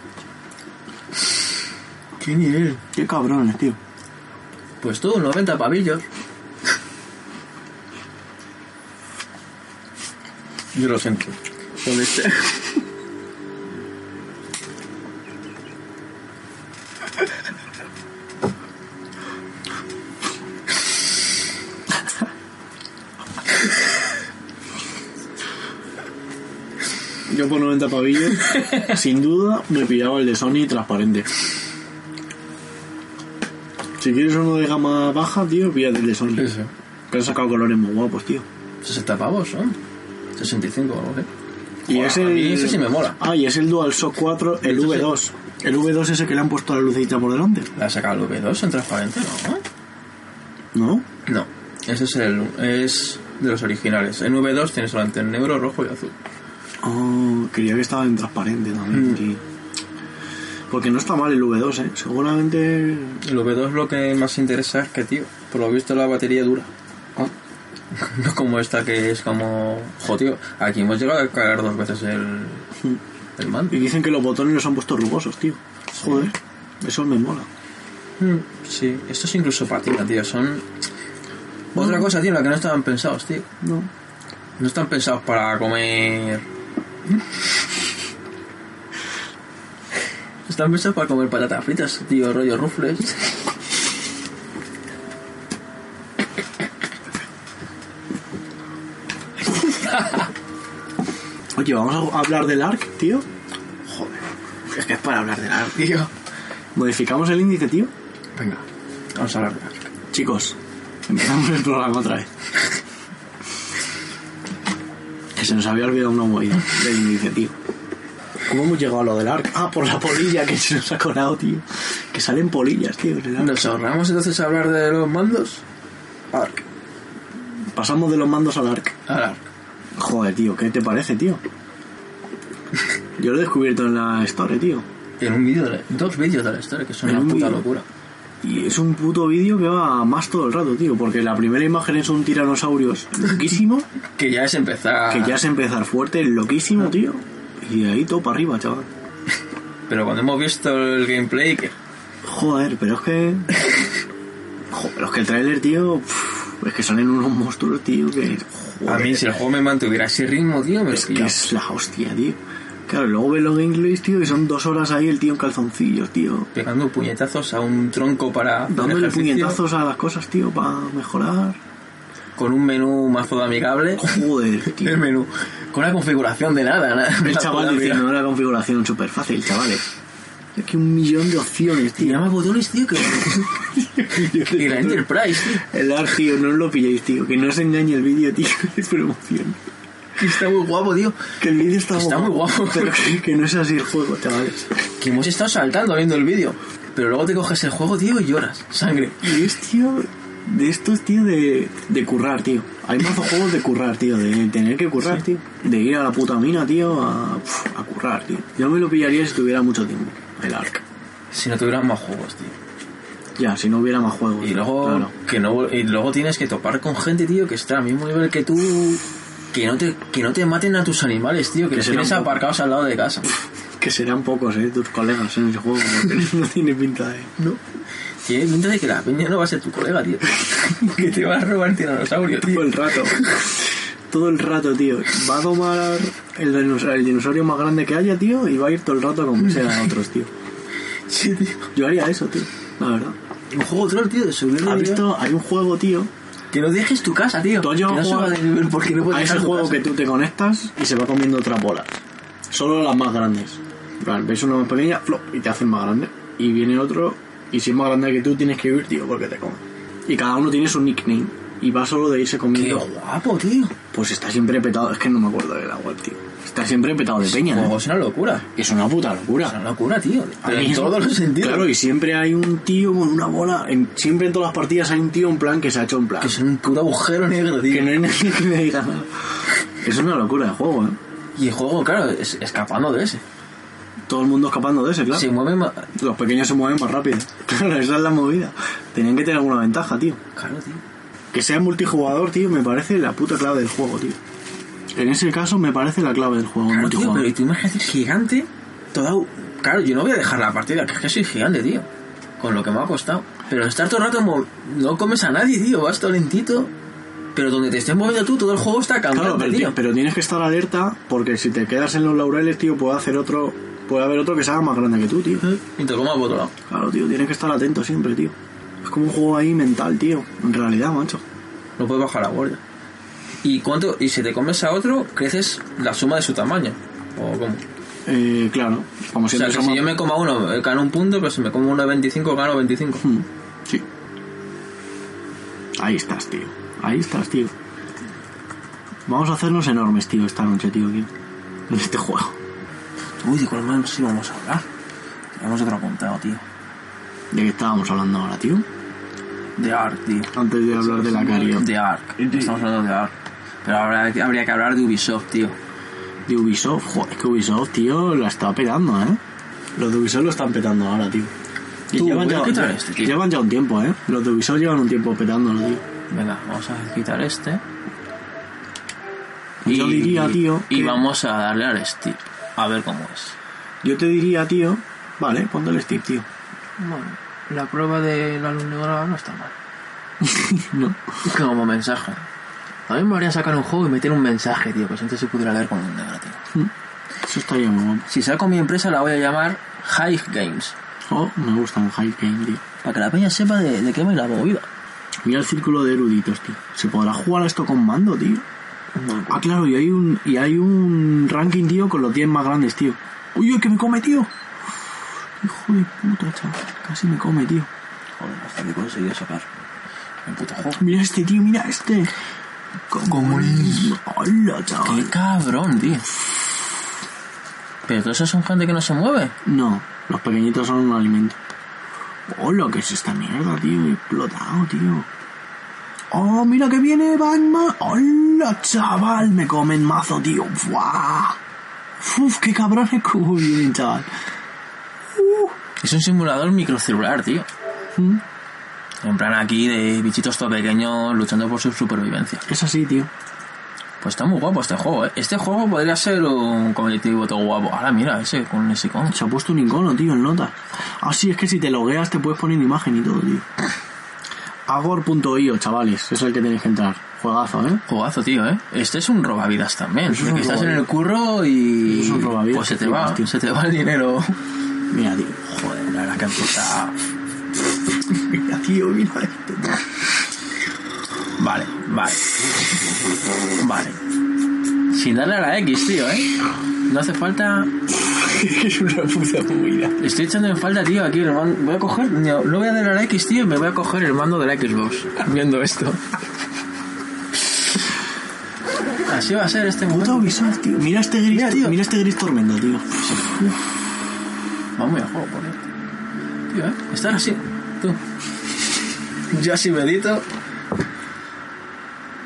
Speaker 3: ¿Qué nivel?
Speaker 2: Qué cabrones, tío.
Speaker 3: Pues tú, 90 pavillos. Yo lo siento. Donde
Speaker 2: este.
Speaker 3: esté.
Speaker 2: Yo por 90 pavillos, sin duda, me pillaba el de Sony transparente. Si quieres uno de gama baja, tío, píllate el de Sony.
Speaker 3: Eso.
Speaker 2: Pero han sacado colores muy guapos, tío.
Speaker 3: 60 pavos, ¿no? 65 o algo así.
Speaker 2: Y
Speaker 3: Buah,
Speaker 2: es
Speaker 3: a
Speaker 2: el...
Speaker 3: mí ese sí me mola.
Speaker 2: Ah, y es el DualShock 4, el
Speaker 3: Ese sí.
Speaker 2: V2. El V2 ese que le han puesto la lucecita por delante.
Speaker 3: ¿La ha sacado el V2 en transparente? No.
Speaker 2: ¿No?
Speaker 3: No, ese es el es de los originales. En V2 tiene solamente el negro, rojo y azul.
Speaker 2: Oh, creía que estaba en transparente también, tío. Porque no está mal el V2, ¿eh? Seguramente...
Speaker 3: El V2 lo que más interesa es que, tío, por lo visto la batería dura. Ah, No como esta que es como... Jo, tío, aquí hemos llegado a cargar dos veces el, el mando.
Speaker 2: Y dicen que los botones los han puesto rugosos, tío. Joder, eso me mola.
Speaker 3: Mm, Sí, esto es incluso patina, tío. Son... Otra cosa, tío, en la que no estaban pensados, tío.
Speaker 2: No.
Speaker 3: No están pensados para comer... Están pensados para comer patatas fritas, tío, rollo rufles.
Speaker 2: Oye, vamos a hablar del ARC, tío. Joder, es que es para hablar del ARC.
Speaker 3: Tío.
Speaker 2: Modificamos el índice, tío.
Speaker 3: Venga, vamos a hablar de Ark.
Speaker 2: Chicos, empezamos el programa otra vez. Que se nos había olvidado una movida del índice, tío. ¿Cómo hemos llegado a lo del ARC? Ah, por la polilla que se nos ha colado, tío. Que salen polillas, tío. en el Arc.
Speaker 3: ¿Nos ahorramos entonces hablar de los mandos? Ark.
Speaker 2: Pasamos de los mandos al ARC.
Speaker 3: Al Ark.
Speaker 2: Joder, tío, ¿qué te parece, tío? Yo lo he descubierto en la Store, tío.
Speaker 3: En un vídeo, de la- dos vídeos de la historia, que son
Speaker 2: En
Speaker 3: una
Speaker 2: un
Speaker 3: puta
Speaker 2: vídeo.
Speaker 3: locura.
Speaker 2: Y es un puto vídeo que va más todo el rato, tío, porque la primera imagen es un tiranosaurio loquísimo,
Speaker 3: Que ya es empezar.
Speaker 2: que ya es empezar fuerte, loquísimo, tío. Y de ahí todo para arriba, chaval.
Speaker 3: Pero cuando hemos visto el gameplay, que.
Speaker 2: Joder, pero es que... Joder, pero es que el trailer, tío... pf, es que salen unos monstruos, tío, que... joder,
Speaker 3: A mí, si el juego me mantuviera ese ritmo, tío, me lo
Speaker 2: Es que
Speaker 3: pillaba.
Speaker 2: es la hostia, tío. Claro, luego ves los gameplays, tío, y son dos horas ahí el tío en calzoncillos, tío.
Speaker 3: Pegando puñetazos a un tronco para. hacer
Speaker 2: Dándole
Speaker 3: ejercicio,
Speaker 2: puñetazos a las cosas, tío, para mejorar.
Speaker 3: Con un menú más todo amigable.
Speaker 2: Joder, tío.
Speaker 3: El menú. Con una configuración de nada, nada.
Speaker 2: El chaval diciendo la configuración súper fácil, chavales. Es que un millón de opciones,
Speaker 3: Y
Speaker 2: tío.
Speaker 3: llama botones, tío, que. y la Enterprise, tío.
Speaker 2: El ARC, tío, no os lo pilléis, tío. Que no os engañe el vídeo, tío, de promoción.
Speaker 3: Que está muy guapo, tío.
Speaker 2: Que el vídeo está,
Speaker 3: Está muy guapo.
Speaker 2: Pero que, que no es así el juego, chavales.
Speaker 3: Que hemos estado saltando viendo el vídeo. Pero luego te coges el juego, tío, y lloras. Sangre.
Speaker 2: Y es, tío, de estos, tío, de, de currar, tío. Hay más juegos de currar, tío. De tener que currar, tío. De ir a la puta mina, tío, a, pf, a currar, tío. Yo me lo pillaría si tuviera mucho tiempo, el ARC.
Speaker 3: Si no tuvieran más juegos, tío.
Speaker 2: Ya, si no hubiera más juegos.
Speaker 3: Y luego,
Speaker 2: claro.
Speaker 3: que no, y luego tienes que topar con gente, tío, que está al mismo nivel que tú. Que no te, que no te maten a tus animales, tío, que,
Speaker 2: Que
Speaker 3: los
Speaker 2: serán
Speaker 3: tienes
Speaker 2: pocos.
Speaker 3: aparcados al lado de casa.
Speaker 2: Que serán pocos, eh, tus colegas en ese juego, porque no tiene pinta de. No.
Speaker 3: Tiene pinta de que la peña no va a ser tu colega, tío. que te va a robar el tiranosaurio,
Speaker 2: Todo
Speaker 3: tío.
Speaker 2: el rato. Todo el rato, tío. Va a tomar el, dinos- el dinosaurio más grande que haya, tío, y va a ir todo el rato a convencer a otros, tío.
Speaker 3: Sí, tío.
Speaker 2: Yo haría eso, tío. La verdad.
Speaker 3: Un juego troll, tío, de subir de
Speaker 2: ¿Has
Speaker 3: nivel.
Speaker 2: visto? Hay un juego, tío.
Speaker 3: Que no dejes tu casa, tío.
Speaker 2: Tú has
Speaker 3: que
Speaker 2: llegado
Speaker 3: no
Speaker 2: a
Speaker 3: subas
Speaker 2: jugar
Speaker 3: de nivel porque no puedes
Speaker 2: a ese
Speaker 3: dejar tu
Speaker 2: juego
Speaker 3: casa.
Speaker 2: que tú te conectas y se va comiendo otras bolas. Solo las más grandes. En plan, ves una más pequeña, flop, y te hacen más grande. Y viene otro, y si es más grande que tú, tienes que huir, tío, porque te come. Y cada uno tiene su nickname. y va solo de irse
Speaker 3: Qué
Speaker 2: comiendo.
Speaker 3: guapo, tío.
Speaker 2: Pues está siempre petado, es que no me acuerdo de la web, tío. Está siempre petado de
Speaker 3: El
Speaker 2: peña,
Speaker 3: juego
Speaker 2: ¿eh?
Speaker 3: es una locura.
Speaker 2: Es una puta locura.
Speaker 3: Es una locura, tío. Pero
Speaker 2: Ahí
Speaker 3: en
Speaker 2: mismo.
Speaker 3: todos los sentidos.
Speaker 2: Claro, y siempre hay un tío con una bola. en- siempre en todas las partidas hay un tío en plan que se ha hecho en plan.
Speaker 3: Que es un puto agujero negro, tío.
Speaker 2: Que no hay nadie que le diga nada. Es una locura de juego, ¿eh?
Speaker 3: Y el juego, claro, es escapando de ese.
Speaker 2: Todo el mundo escapando de ese, claro.
Speaker 3: Se mueve más.
Speaker 2: Los pequeños se mueven más rápido. Claro, esa es la movida. Tenían que tener alguna ventaja, tío.
Speaker 3: Claro, tío.
Speaker 2: Que sea multijugador, tío, me parece la puta clave del juego, tío. En ese caso me parece la clave del juego,
Speaker 3: Claro, tío,
Speaker 2: multijugador.
Speaker 3: pero tú imagínate gigante, toda... u- Claro, yo no voy a dejar la partida, que es que soy gigante, tío. Con lo que me ha costado. Pero estar todo el rato... mo- No comes a nadie, tío. Vas todo lentito. Pero donde te estés moviendo tú, todo el juego está cambiando,
Speaker 2: Claro, pero, ti-
Speaker 3: tío.
Speaker 2: pero tienes que estar alerta porque si te quedas en los laureles, tío, puede hacer otro, puede haber otro que se haga más grande que tú, tío.
Speaker 3: Y te comas por otro lado.
Speaker 2: Claro, tío, tienes que estar atento siempre, tío. Es como un juego ahí mental, tío. En realidad, macho.
Speaker 3: No puedes bajar la guardia. ¿Y cuánto? Y si te comes a otro, creces la suma de su tamaño. ¿O cómo?
Speaker 2: Eh, claro, como
Speaker 3: O sea,
Speaker 2: siempre
Speaker 3: que
Speaker 2: somos-
Speaker 3: si yo me como a uno, eh, gano un punto, pero si me como uno de 25, gano 25.
Speaker 2: Mm, Sí. Ahí estás, tío. Ahí estás, tío. Vamos a hacernos enormes, tío, esta noche, tío, aquí. En este juego.
Speaker 3: Uy, de cuál más sí vamos a hablar. Tenemos otro apuntado, tío.
Speaker 2: ¿De qué estábamos hablando ahora, tío?
Speaker 3: De Ark, tío.
Speaker 2: Antes de hablar de la Cario.
Speaker 3: De Ark. Estamos hablando de Ark. Pero ahora habría que hablar de Ubisoft, tío.
Speaker 2: De Ubisoft. Joder, es que Ubisoft, tío, la está petando, ¿eh? Los de Ubisoft lo están petando ahora, tío. Y
Speaker 3: Tú, voy a quitar este, tío.
Speaker 2: llevan ya un tiempo, ¿eh? Los de Ubisoft llevan un tiempo petándolo, tío.
Speaker 3: Venga, vamos a quitar este.
Speaker 2: Yo diría, tío,
Speaker 3: Y
Speaker 2: que-
Speaker 3: vamos a darle al Steam. A ver cómo es.
Speaker 2: Yo te diría, tío... Vale, ponte el stick, tío.
Speaker 3: Bueno, la prueba de la luz negra no está mal.
Speaker 2: no.
Speaker 3: Como mensaje. A mí me haría sacar un juego y meter un mensaje, tío, que entonces se pudiera leer con un negro, tío.
Speaker 2: Eso estaría muy guapo.
Speaker 3: Si saco mi empresa la voy a llamar Hive Games.
Speaker 2: Oh, me gusta un hype game, tío.
Speaker 3: Para que la peña sepa de, de qué va la movida.
Speaker 2: Mira el círculo de eruditos, tío. ¿Se podrá jugar a esto con mando, tío? Ah, claro, y hay un, y hay un ranking, tío, con los 10 más grandes, tío. Uy, uy, que me come, tío. Hijo de puta, chaval. Casi me come, tío.
Speaker 3: Joder, hasta que he conseguido sacar un puto juego.
Speaker 2: Mira este, tío, mira este. Comunismo. Hola,
Speaker 3: ¡Qué
Speaker 2: chaval.
Speaker 3: cabrón, tío! Pero todos esos son gente que no se mueve.
Speaker 2: No, los pequeñitos son un alimento. Hola, ¿qué es esta mierda, tío? Explotado, tío. Oh, mira que viene Batman. Hola, chaval. Me comen mazo, tío. Buah. Uf, qué cabrones como vienen, chaval.
Speaker 3: Es un simulador microcelular, tío.
Speaker 2: Mm,
Speaker 3: En plan aquí de bichitos todo pequeños luchando por su supervivencia.
Speaker 2: Es así, tío.
Speaker 3: Pues está muy guapo este juego, ¿eh? Este juego podría ser un colectivo todo guapo. Ahora mira, ese con ese con.
Speaker 2: Se ha puesto un icono, tío, en nota. Ah, sí, es que si te logueas te puedes poner imagen y todo, tío. Agor.io, chavales. Es el que tenéis que entrar. Juegazo, ¿eh?
Speaker 3: Jugazo, tío, ¿eh? Este es un robavidas también.
Speaker 2: Es un
Speaker 3: de que estás en el
Speaker 2: robavidas.
Speaker 3: curro y...
Speaker 2: Es un robavidas
Speaker 3: Pues se
Speaker 2: que
Speaker 3: te va,
Speaker 2: flipas, tío.
Speaker 3: se te va el dinero.
Speaker 2: Mira, tío.
Speaker 3: Joder, la verdad que empieza...
Speaker 2: Mira, tío, mira esto.
Speaker 3: Vale, vale. Vale. Sin darle a la X, tío, ¿eh? No hace falta...
Speaker 2: es una puta movida.
Speaker 3: Estoy echando en falta, tío, aquí el mando... Voy a coger... No, no voy a darle a la X, tío, y me voy a coger el mando de la Xbox. Viendo esto. Así va a ser este
Speaker 2: Puta
Speaker 3: momento.
Speaker 2: Ubisoft, tío. Mira este gris,
Speaker 3: Mira, tío.
Speaker 2: mira este gris tormenta, tío.
Speaker 3: Vamos a juego, por cierto. Tío, ¿eh? Estar así, tú. Yo así medito.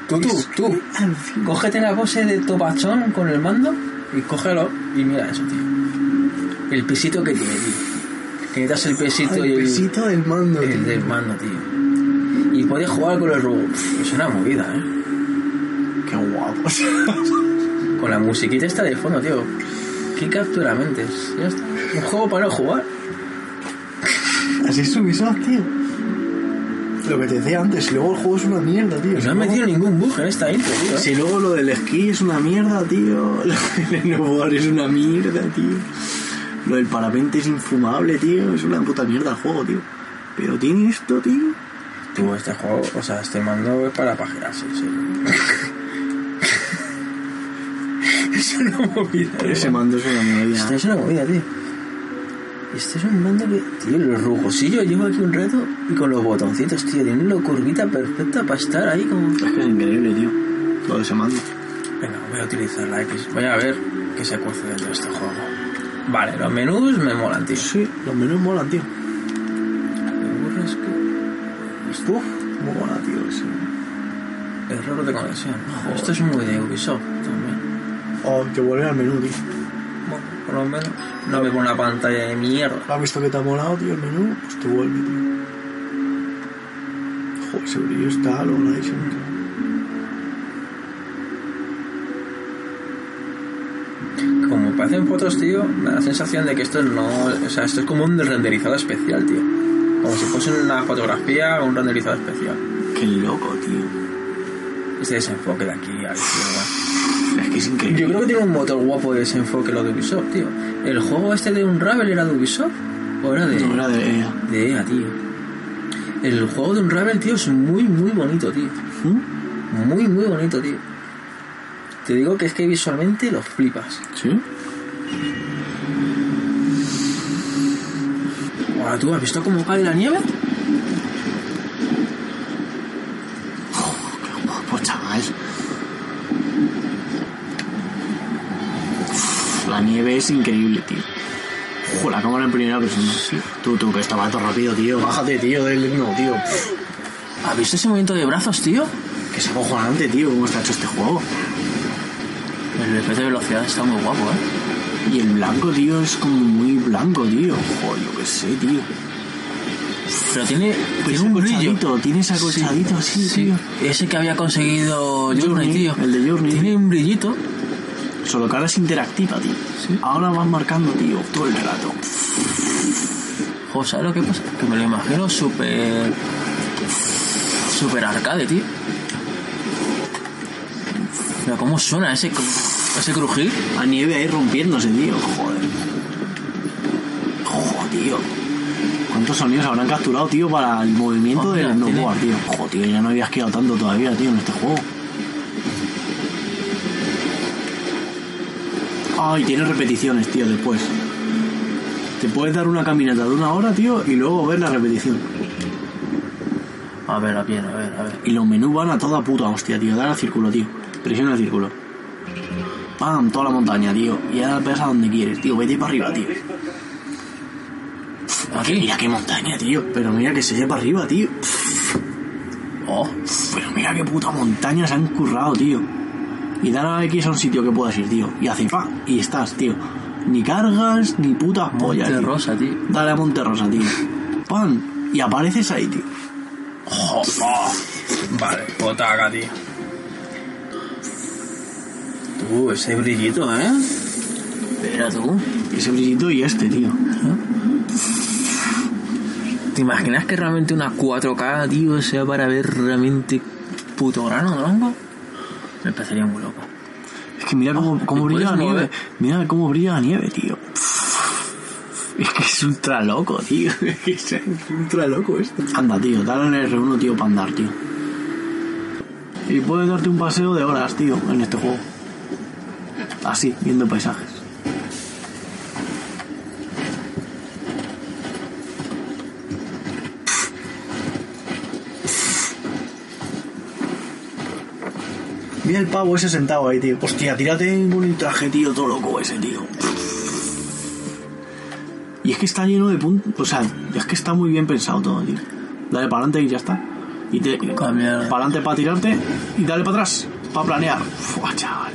Speaker 3: Tú, tú, tú.
Speaker 2: En fin.
Speaker 3: Cógete la pose de topachón con el mando y cógelo y mira eso, tío. El pisito que tiene, tío. Que necesitas el pisito y el,
Speaker 2: pesito del mando,
Speaker 3: el
Speaker 2: tío.
Speaker 3: del mando, tío. Y puedes jugar con el robot. Pff, Es una movida, ¿eh?
Speaker 2: Qué guapo.
Speaker 3: Con la musiquita esta de fondo, tío. Qué captura mentes. Ya está. Un juego para no jugar.
Speaker 2: Así es Ubisoft, tío. Lo que te decía antes, si luego el juego es una mierda, tío.
Speaker 3: Y
Speaker 2: Si
Speaker 3: no han
Speaker 2: luego-
Speaker 3: metido ningún bug en esta intro, tío. ¿eh?
Speaker 2: Si luego lo del esquí es una mierda, tío. Lo del snowboard es una mierda, tío. Lo del parapente es infumable, tío. Es una puta mierda el juego, tío. Pero tiene esto, tío.
Speaker 3: Tú, este juego, o sea, este mando es para pajearse, sí. es una movida.
Speaker 2: Ese mando es una ¿eh? mierda.
Speaker 3: Esto es una movida, tío. Este es un mando que. Tío, los rugosillos, llevo aquí un reto y con los botoncitos, tío, tiene una curvita perfecta para estar ahí como.
Speaker 2: Es que es increíble, tío. Todo ese mando.
Speaker 3: Venga, voy a utilizar la X. Voy a ver qué se cuece dentro de este juego. Vale, los menús me molan, tío.
Speaker 2: Sí, los menús molan, tío.
Speaker 3: Burras que-
Speaker 2: Uf, muy mola, tío. Ese.
Speaker 3: Error de conexión. Joder, Esto es muy de Ubisoft también.
Speaker 2: Oh, que vuelve al menú, tío.
Speaker 3: Bueno, por lo menos no me pone una pantalla de mierda.
Speaker 2: ¿Has visto que te ha molado, tío, el menú? Pues te vuelve, tío. Joder, ese brillo está lo mola siempre.
Speaker 3: Como parecen fotos, tío, me da la sensación de que esto no. O sea, esto es como un renderizado especial, tío. Como si fuese una fotografía o un renderizado especial.
Speaker 2: Qué loco, tío.
Speaker 3: Este desenfoque de aquí, a la izquierda.
Speaker 2: Es que es increíble.
Speaker 3: Yo creo que tiene un motor guapo de desenfoque lo de Ubisoft, tío. ¿El juego este de Unravel era de Ubisoft? ¿O era de.?
Speaker 2: No era de
Speaker 3: De EA, tío. El juego de Unravel, tío, es muy, muy bonito, tío.
Speaker 2: ¿Mm?
Speaker 3: Muy, muy bonito, tío. Te digo que es que visualmente los flipas.
Speaker 2: ¿Sí?
Speaker 3: Ahora tú, ¿has visto cómo cae la nieve?
Speaker 2: Qué guapo, pues, chaval. Uf, La nieve es increíble, tío. Ojo, la cámara en primera persona. Tú, tú, que estaba todo rápido, tío. Bájate, tío, del no, tío.
Speaker 3: ¿Has visto ese movimiento de brazos, tío?
Speaker 2: Que es acojonante, tío, cómo está hecho este juego.
Speaker 3: El efecto de velocidad está muy guapo, ¿eh?
Speaker 2: Y el blanco, tío, es como muy blanco, tío. Joder, yo qué sé, tío.
Speaker 3: Pero tiene, tiene
Speaker 2: Tiene
Speaker 3: un brillo.
Speaker 2: tiene ese acolchadito así, tío.
Speaker 3: Ese que había conseguido Journey,
Speaker 2: Journey,
Speaker 3: tío.
Speaker 2: el de Journey.
Speaker 3: Tiene un brillito.
Speaker 2: Solo que ahora es interactiva, tío. Ahora vas marcando, tío, todo el rato.
Speaker 3: O ¿sabes lo que pasa? Que me lo imagino súper. súper arcade, tío. Mira cómo suena ese, cru- ese crujir.
Speaker 2: La nieve ahí rompiéndose, tío. Joder. Joder, tío. ¿Cuántos sonidos habrán capturado, tío, para el movimiento
Speaker 3: Oh,
Speaker 2: del
Speaker 3: mira,
Speaker 2: snowboard, tío? Joder, tío, ya no había esquiado tanto todavía, tío, en este juego. Ay, tiene repeticiones, tío, después. Te puedes dar una caminata de una hora, tío, y luego ver la repetición.
Speaker 3: A ver, a ver, a ver, a ver.
Speaker 2: Y los menús van a toda puta hostia, tío. Dale al círculo, tío. Presiona el círculo. Pam, Ah, toda la montaña, tío. Y ahora ves a donde quieres, tío. Vete para arriba, tío.
Speaker 3: Aquí.
Speaker 2: Mira qué montaña, tío. Pero mira que se ve para arriba, tío.
Speaker 3: Oh,
Speaker 2: Pero mira qué puta montaña se han currado, tío. Y dar a X a un sitio que puedas ir, tío. Y hace pa, y estás, tío. Ni cargas, ni putas pollas.
Speaker 3: Monte
Speaker 2: tío.
Speaker 3: Rosa, tío.
Speaker 2: Dale a Monterrosa, tío. Pam, y apareces ahí, tío.
Speaker 3: Oh, oh. Vale, pues potaca, tío. Tú, ese brillito, ¿eh? Mira tú.
Speaker 2: Ese brillito y este, tío.
Speaker 3: ¿Te imaginas que realmente una 4K, tío, sea para ver realmente puto grano de hongo? Me parecería muy loco.
Speaker 2: Es que mira cómo, cómo
Speaker 3: ¿y
Speaker 2: brilla la
Speaker 3: puedes
Speaker 2: nieve.
Speaker 3: mover?
Speaker 2: Mira cómo brilla la nieve, tío. Es que es ultra loco, tío. Es ultra loco esto. Anda, tío, dale al R1, tío, para andar, tío. Y puedes darte un paseo de horas, tío, en este juego. Así, viendo paisajes. Mira el pavo ese sentado ahí, tío. Hostia, tírate en un traje, tío, todo loco ese, tío. Y es que está lleno de puntos. O sea, es que está muy bien pensado todo, tío. Dale para adelante y ya está. Y te.
Speaker 3: Cambiar.
Speaker 2: Para adelante para tirarte y dale para atrás. Para planear. Fua, chaval.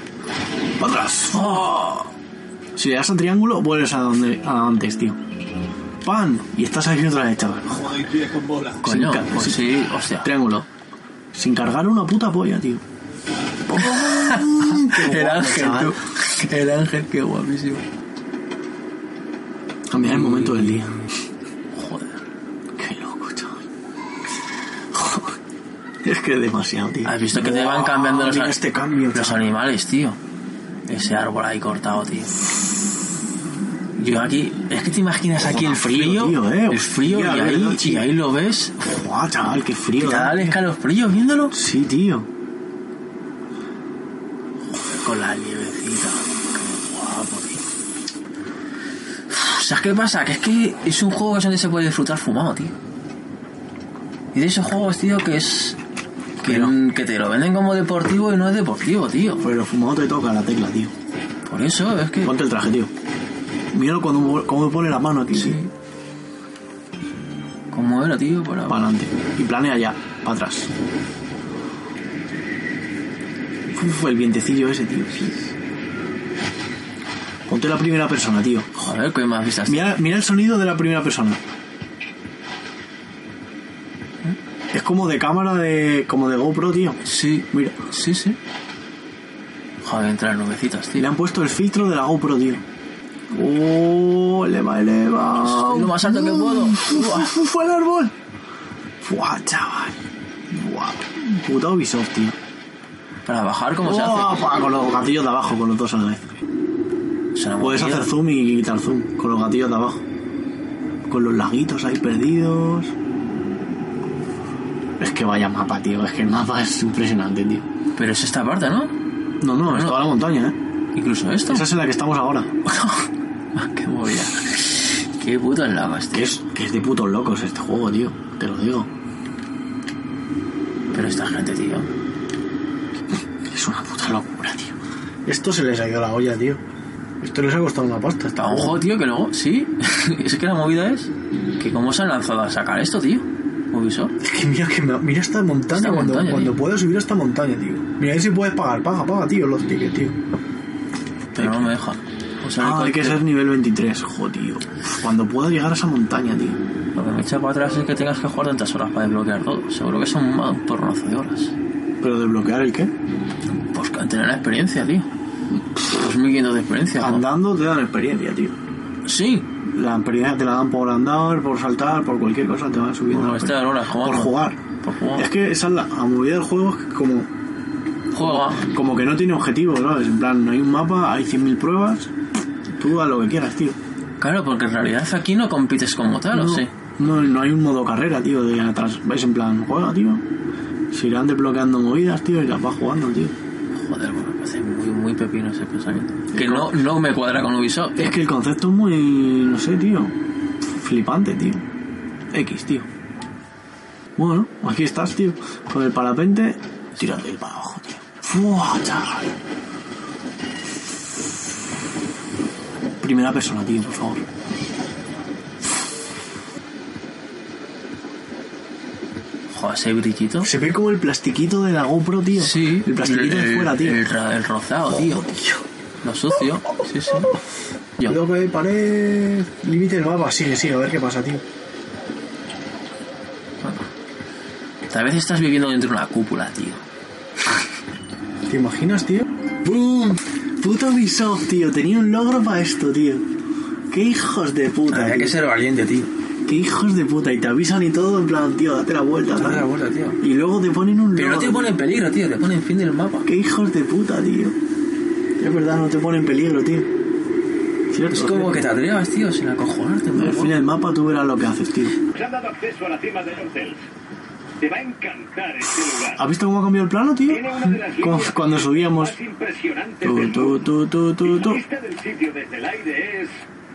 Speaker 2: Para atrás. Fua. Si le das a triángulo, vuelves a donde a antes, tío. ¡Pan! Y estás aquí otra vez, chaval.
Speaker 3: Coño,
Speaker 2: ca-
Speaker 3: pues
Speaker 2: sin-
Speaker 3: sí, hostia.
Speaker 2: Triángulo. Sin cargar una puta polla, tío. Qué guapo,
Speaker 3: El ángel,
Speaker 2: chaval.
Speaker 3: tú. El ángel, qué guapísimo.
Speaker 2: Cambiar el momento del día.
Speaker 3: Joder.
Speaker 2: Qué loco, chaval. Joder. Es que es demasiado, tío.
Speaker 3: ¿Has visto que te van cambiando los,
Speaker 2: Mira
Speaker 3: a-
Speaker 2: este cambio,
Speaker 3: los
Speaker 2: chaval.
Speaker 3: animales, tío? Ese árbol ahí cortado, tío. Yo aquí, es que te imaginas aquí
Speaker 2: Joder,
Speaker 3: el frío,
Speaker 2: frío, tío, eh.
Speaker 3: el frío
Speaker 2: Hostia,
Speaker 3: y,
Speaker 2: verdad,
Speaker 3: ahí, y
Speaker 2: tío.
Speaker 3: ahí lo ves,
Speaker 2: Guau, chaval, qué
Speaker 3: y
Speaker 2: frío.
Speaker 3: te
Speaker 2: da.
Speaker 3: da el escalofrío viéndolo.
Speaker 2: Sí, tío.
Speaker 3: Con la nievecita. Qué guapo, tío. Uf, ¿Sabes qué pasa? Que es que es un juego que solamente se puede disfrutar fumado, tío. Y de esos juegos, tío, que es. Que, que te lo venden como deportivo y no es deportivo, tío.
Speaker 2: Pero fumado te toca la tecla, tío.
Speaker 3: Por eso es que.
Speaker 2: Ponte el traje, tío. Míralo cuando mo- cómo me pone la mano aquí,
Speaker 3: Sí.
Speaker 2: sí.
Speaker 3: ¿Cómo era, tío? Por la-
Speaker 2: Para adelante. Y planea ya, para atrás. Uf, el vientecillo ese, tío. Ponte la primera persona, tío.
Speaker 3: Joder, qué más vistas.
Speaker 2: Mira, mira el sonido de la primera persona. ¿Eh? Es como de cámara de. como de GoPro, tío.
Speaker 3: Sí,
Speaker 2: Mira.
Speaker 3: sí, sí. Joder, entre las nubecitas,
Speaker 2: Le
Speaker 3: tío.
Speaker 2: han puesto el filtro de la GoPro, tío. ¡Oh! ¡Eleva, eleva!
Speaker 3: Estoy lo más alto que puedo.
Speaker 2: Uf, uf, uf, ¡Fue el árbol! ¡Buah, chaval! ¡Buah! Puta Ubisoft, tío.
Speaker 3: Para bajar, ¿cómo se
Speaker 2: ¡Buah,
Speaker 3: hace?
Speaker 2: pa! Con los gatillos de abajo, con los dos a la vez.
Speaker 3: Será
Speaker 2: Puedes
Speaker 3: movido.
Speaker 2: hacer zoom y quitar zoom con los gatillos de abajo. Con los laguitos ahí perdidos. Es que vaya mapa, tío. Es que el mapa es impresionante, tío.
Speaker 3: Pero es esta parte, ¿no?
Speaker 2: No, no, es toda la montaña, ¿eh?
Speaker 3: Incluso esto.
Speaker 2: Esa es en la que estamos ahora.
Speaker 3: qué movida. Qué putas lavas, tío.
Speaker 2: Que es, que es de putos locos este juego, tío. Te lo digo.
Speaker 3: Pero esta gente, tío.
Speaker 2: Es una puta locura, tío. Esto se les ha ido la olla, tío. Esto les ha costado una pasta.
Speaker 3: Para un juego, tío, que luego, sí. es que la movida es que cómo se han lanzado a sacar esto, tío. Ubisoft.
Speaker 2: Es que mira, que me- mira esta montaña,
Speaker 3: Esta
Speaker 2: cuando,
Speaker 3: montaña,
Speaker 2: cuando
Speaker 3: tío.
Speaker 2: puedas subir a esta montaña, tío. Mira, ahí si puedes pagar. Paga, paga, tío, los tickets, tío.
Speaker 3: Pero no me deja. O sea,
Speaker 2: Ah,
Speaker 3: el
Speaker 2: hay que ser nivel 23, jodido. Cuando pueda llegar a esa montaña, tío.
Speaker 3: Lo que me echa para atrás es que tengas que jugar tantas horas para desbloquear todo. Seguro que son más un porronazo de horas.
Speaker 2: ¿Pero desbloquear el qué?
Speaker 3: Pues que tener la experiencia, tío. 2500 de experiencia. ¿no?
Speaker 2: Andando te dan experiencia, tío.
Speaker 3: Sí.
Speaker 2: La experiencia te la dan por andar, por saltar, por cualquier cosa, te van subiendo.
Speaker 3: Por
Speaker 2: la
Speaker 3: estar
Speaker 2: experiencia.
Speaker 3: horas jugando.
Speaker 2: Por jugar.
Speaker 3: Por jugar.
Speaker 2: Es que esa es la, la movida del juego, es que como,
Speaker 3: Juega.
Speaker 2: como que no tiene objetivo, ¿sabes? En plan, no hay un mapa, hay 100.000 pruebas, tú haz lo que quieras, tío.
Speaker 3: Claro, porque en realidad aquí no compites como tal,
Speaker 2: no,
Speaker 3: ¿o sí?
Speaker 2: no, no hay un modo carrera, tío, de atrás. Vais en plan, juega, tío. Se irán desbloqueando movidas, tío, y las vas jugando, tío.
Speaker 3: Joder, bueno, me parece muy, muy pepino ese pensamiento. Que no, no me cuadra con Ubisoft.
Speaker 2: Es que el concepto es muy, no sé, tío, flipante, tío. X, tío. Bueno, aquí estás, tío, con el parapente, tírate el para abajo, tío. Fua, chaval. Primera persona, tío, por favor.
Speaker 3: Joder, ese brillito.
Speaker 2: Se ve como el plastiquito de la GoPro, tío.
Speaker 3: Sí.
Speaker 2: El plastiquito de fuera, tío.
Speaker 3: El, ra- el rozado, tío. Lo sucio. Sí, sí. Yo.
Speaker 2: Cuidado que hay eh, pared. Límite del mapa. Sigue, sigue, a ver qué pasa, tío.
Speaker 3: Tal vez estás viviendo dentro de una cúpula, tío.
Speaker 2: ¿Te imaginas, tío? ¡Boom! Puto Ubisoft, tío. Tenía un logro para esto, tío. ¡Qué hijos de puta!
Speaker 1: Habría
Speaker 2: tío.
Speaker 1: que ser valiente, tío.
Speaker 2: ¡Qué hijos de puta! Y te avisan y todo, en plan, tío, date la vuelta,
Speaker 1: Date
Speaker 2: tal.
Speaker 1: la vuelta, tío.
Speaker 2: Y luego te ponen un
Speaker 1: Pero no
Speaker 2: logro.
Speaker 1: te pone en peligro, tío. Te pone en fin del mapa.
Speaker 2: ¡Qué hijos de puta, tío! Es verdad, no te pone en peligro, tío. ¿Cierto?
Speaker 3: Es como que te atrevas, tío, sin acojonarte.
Speaker 2: Al fin del mapa tú verás lo que haces, tío.
Speaker 5: Nos han dado acceso a la cima del hotel. Te va a encantar este lugar.
Speaker 2: ¿Has visto cómo ha cambiado el plano, tío?
Speaker 5: Tiene una de las
Speaker 2: Como
Speaker 5: líneas
Speaker 2: Cuando subíamos...
Speaker 5: más impresionantes
Speaker 2: Tú,
Speaker 5: del
Speaker 2: tú,
Speaker 5: mundo.
Speaker 2: tú, tú, tú,
Speaker 5: La
Speaker 2: tú.
Speaker 5: vista del sitio desde el aire es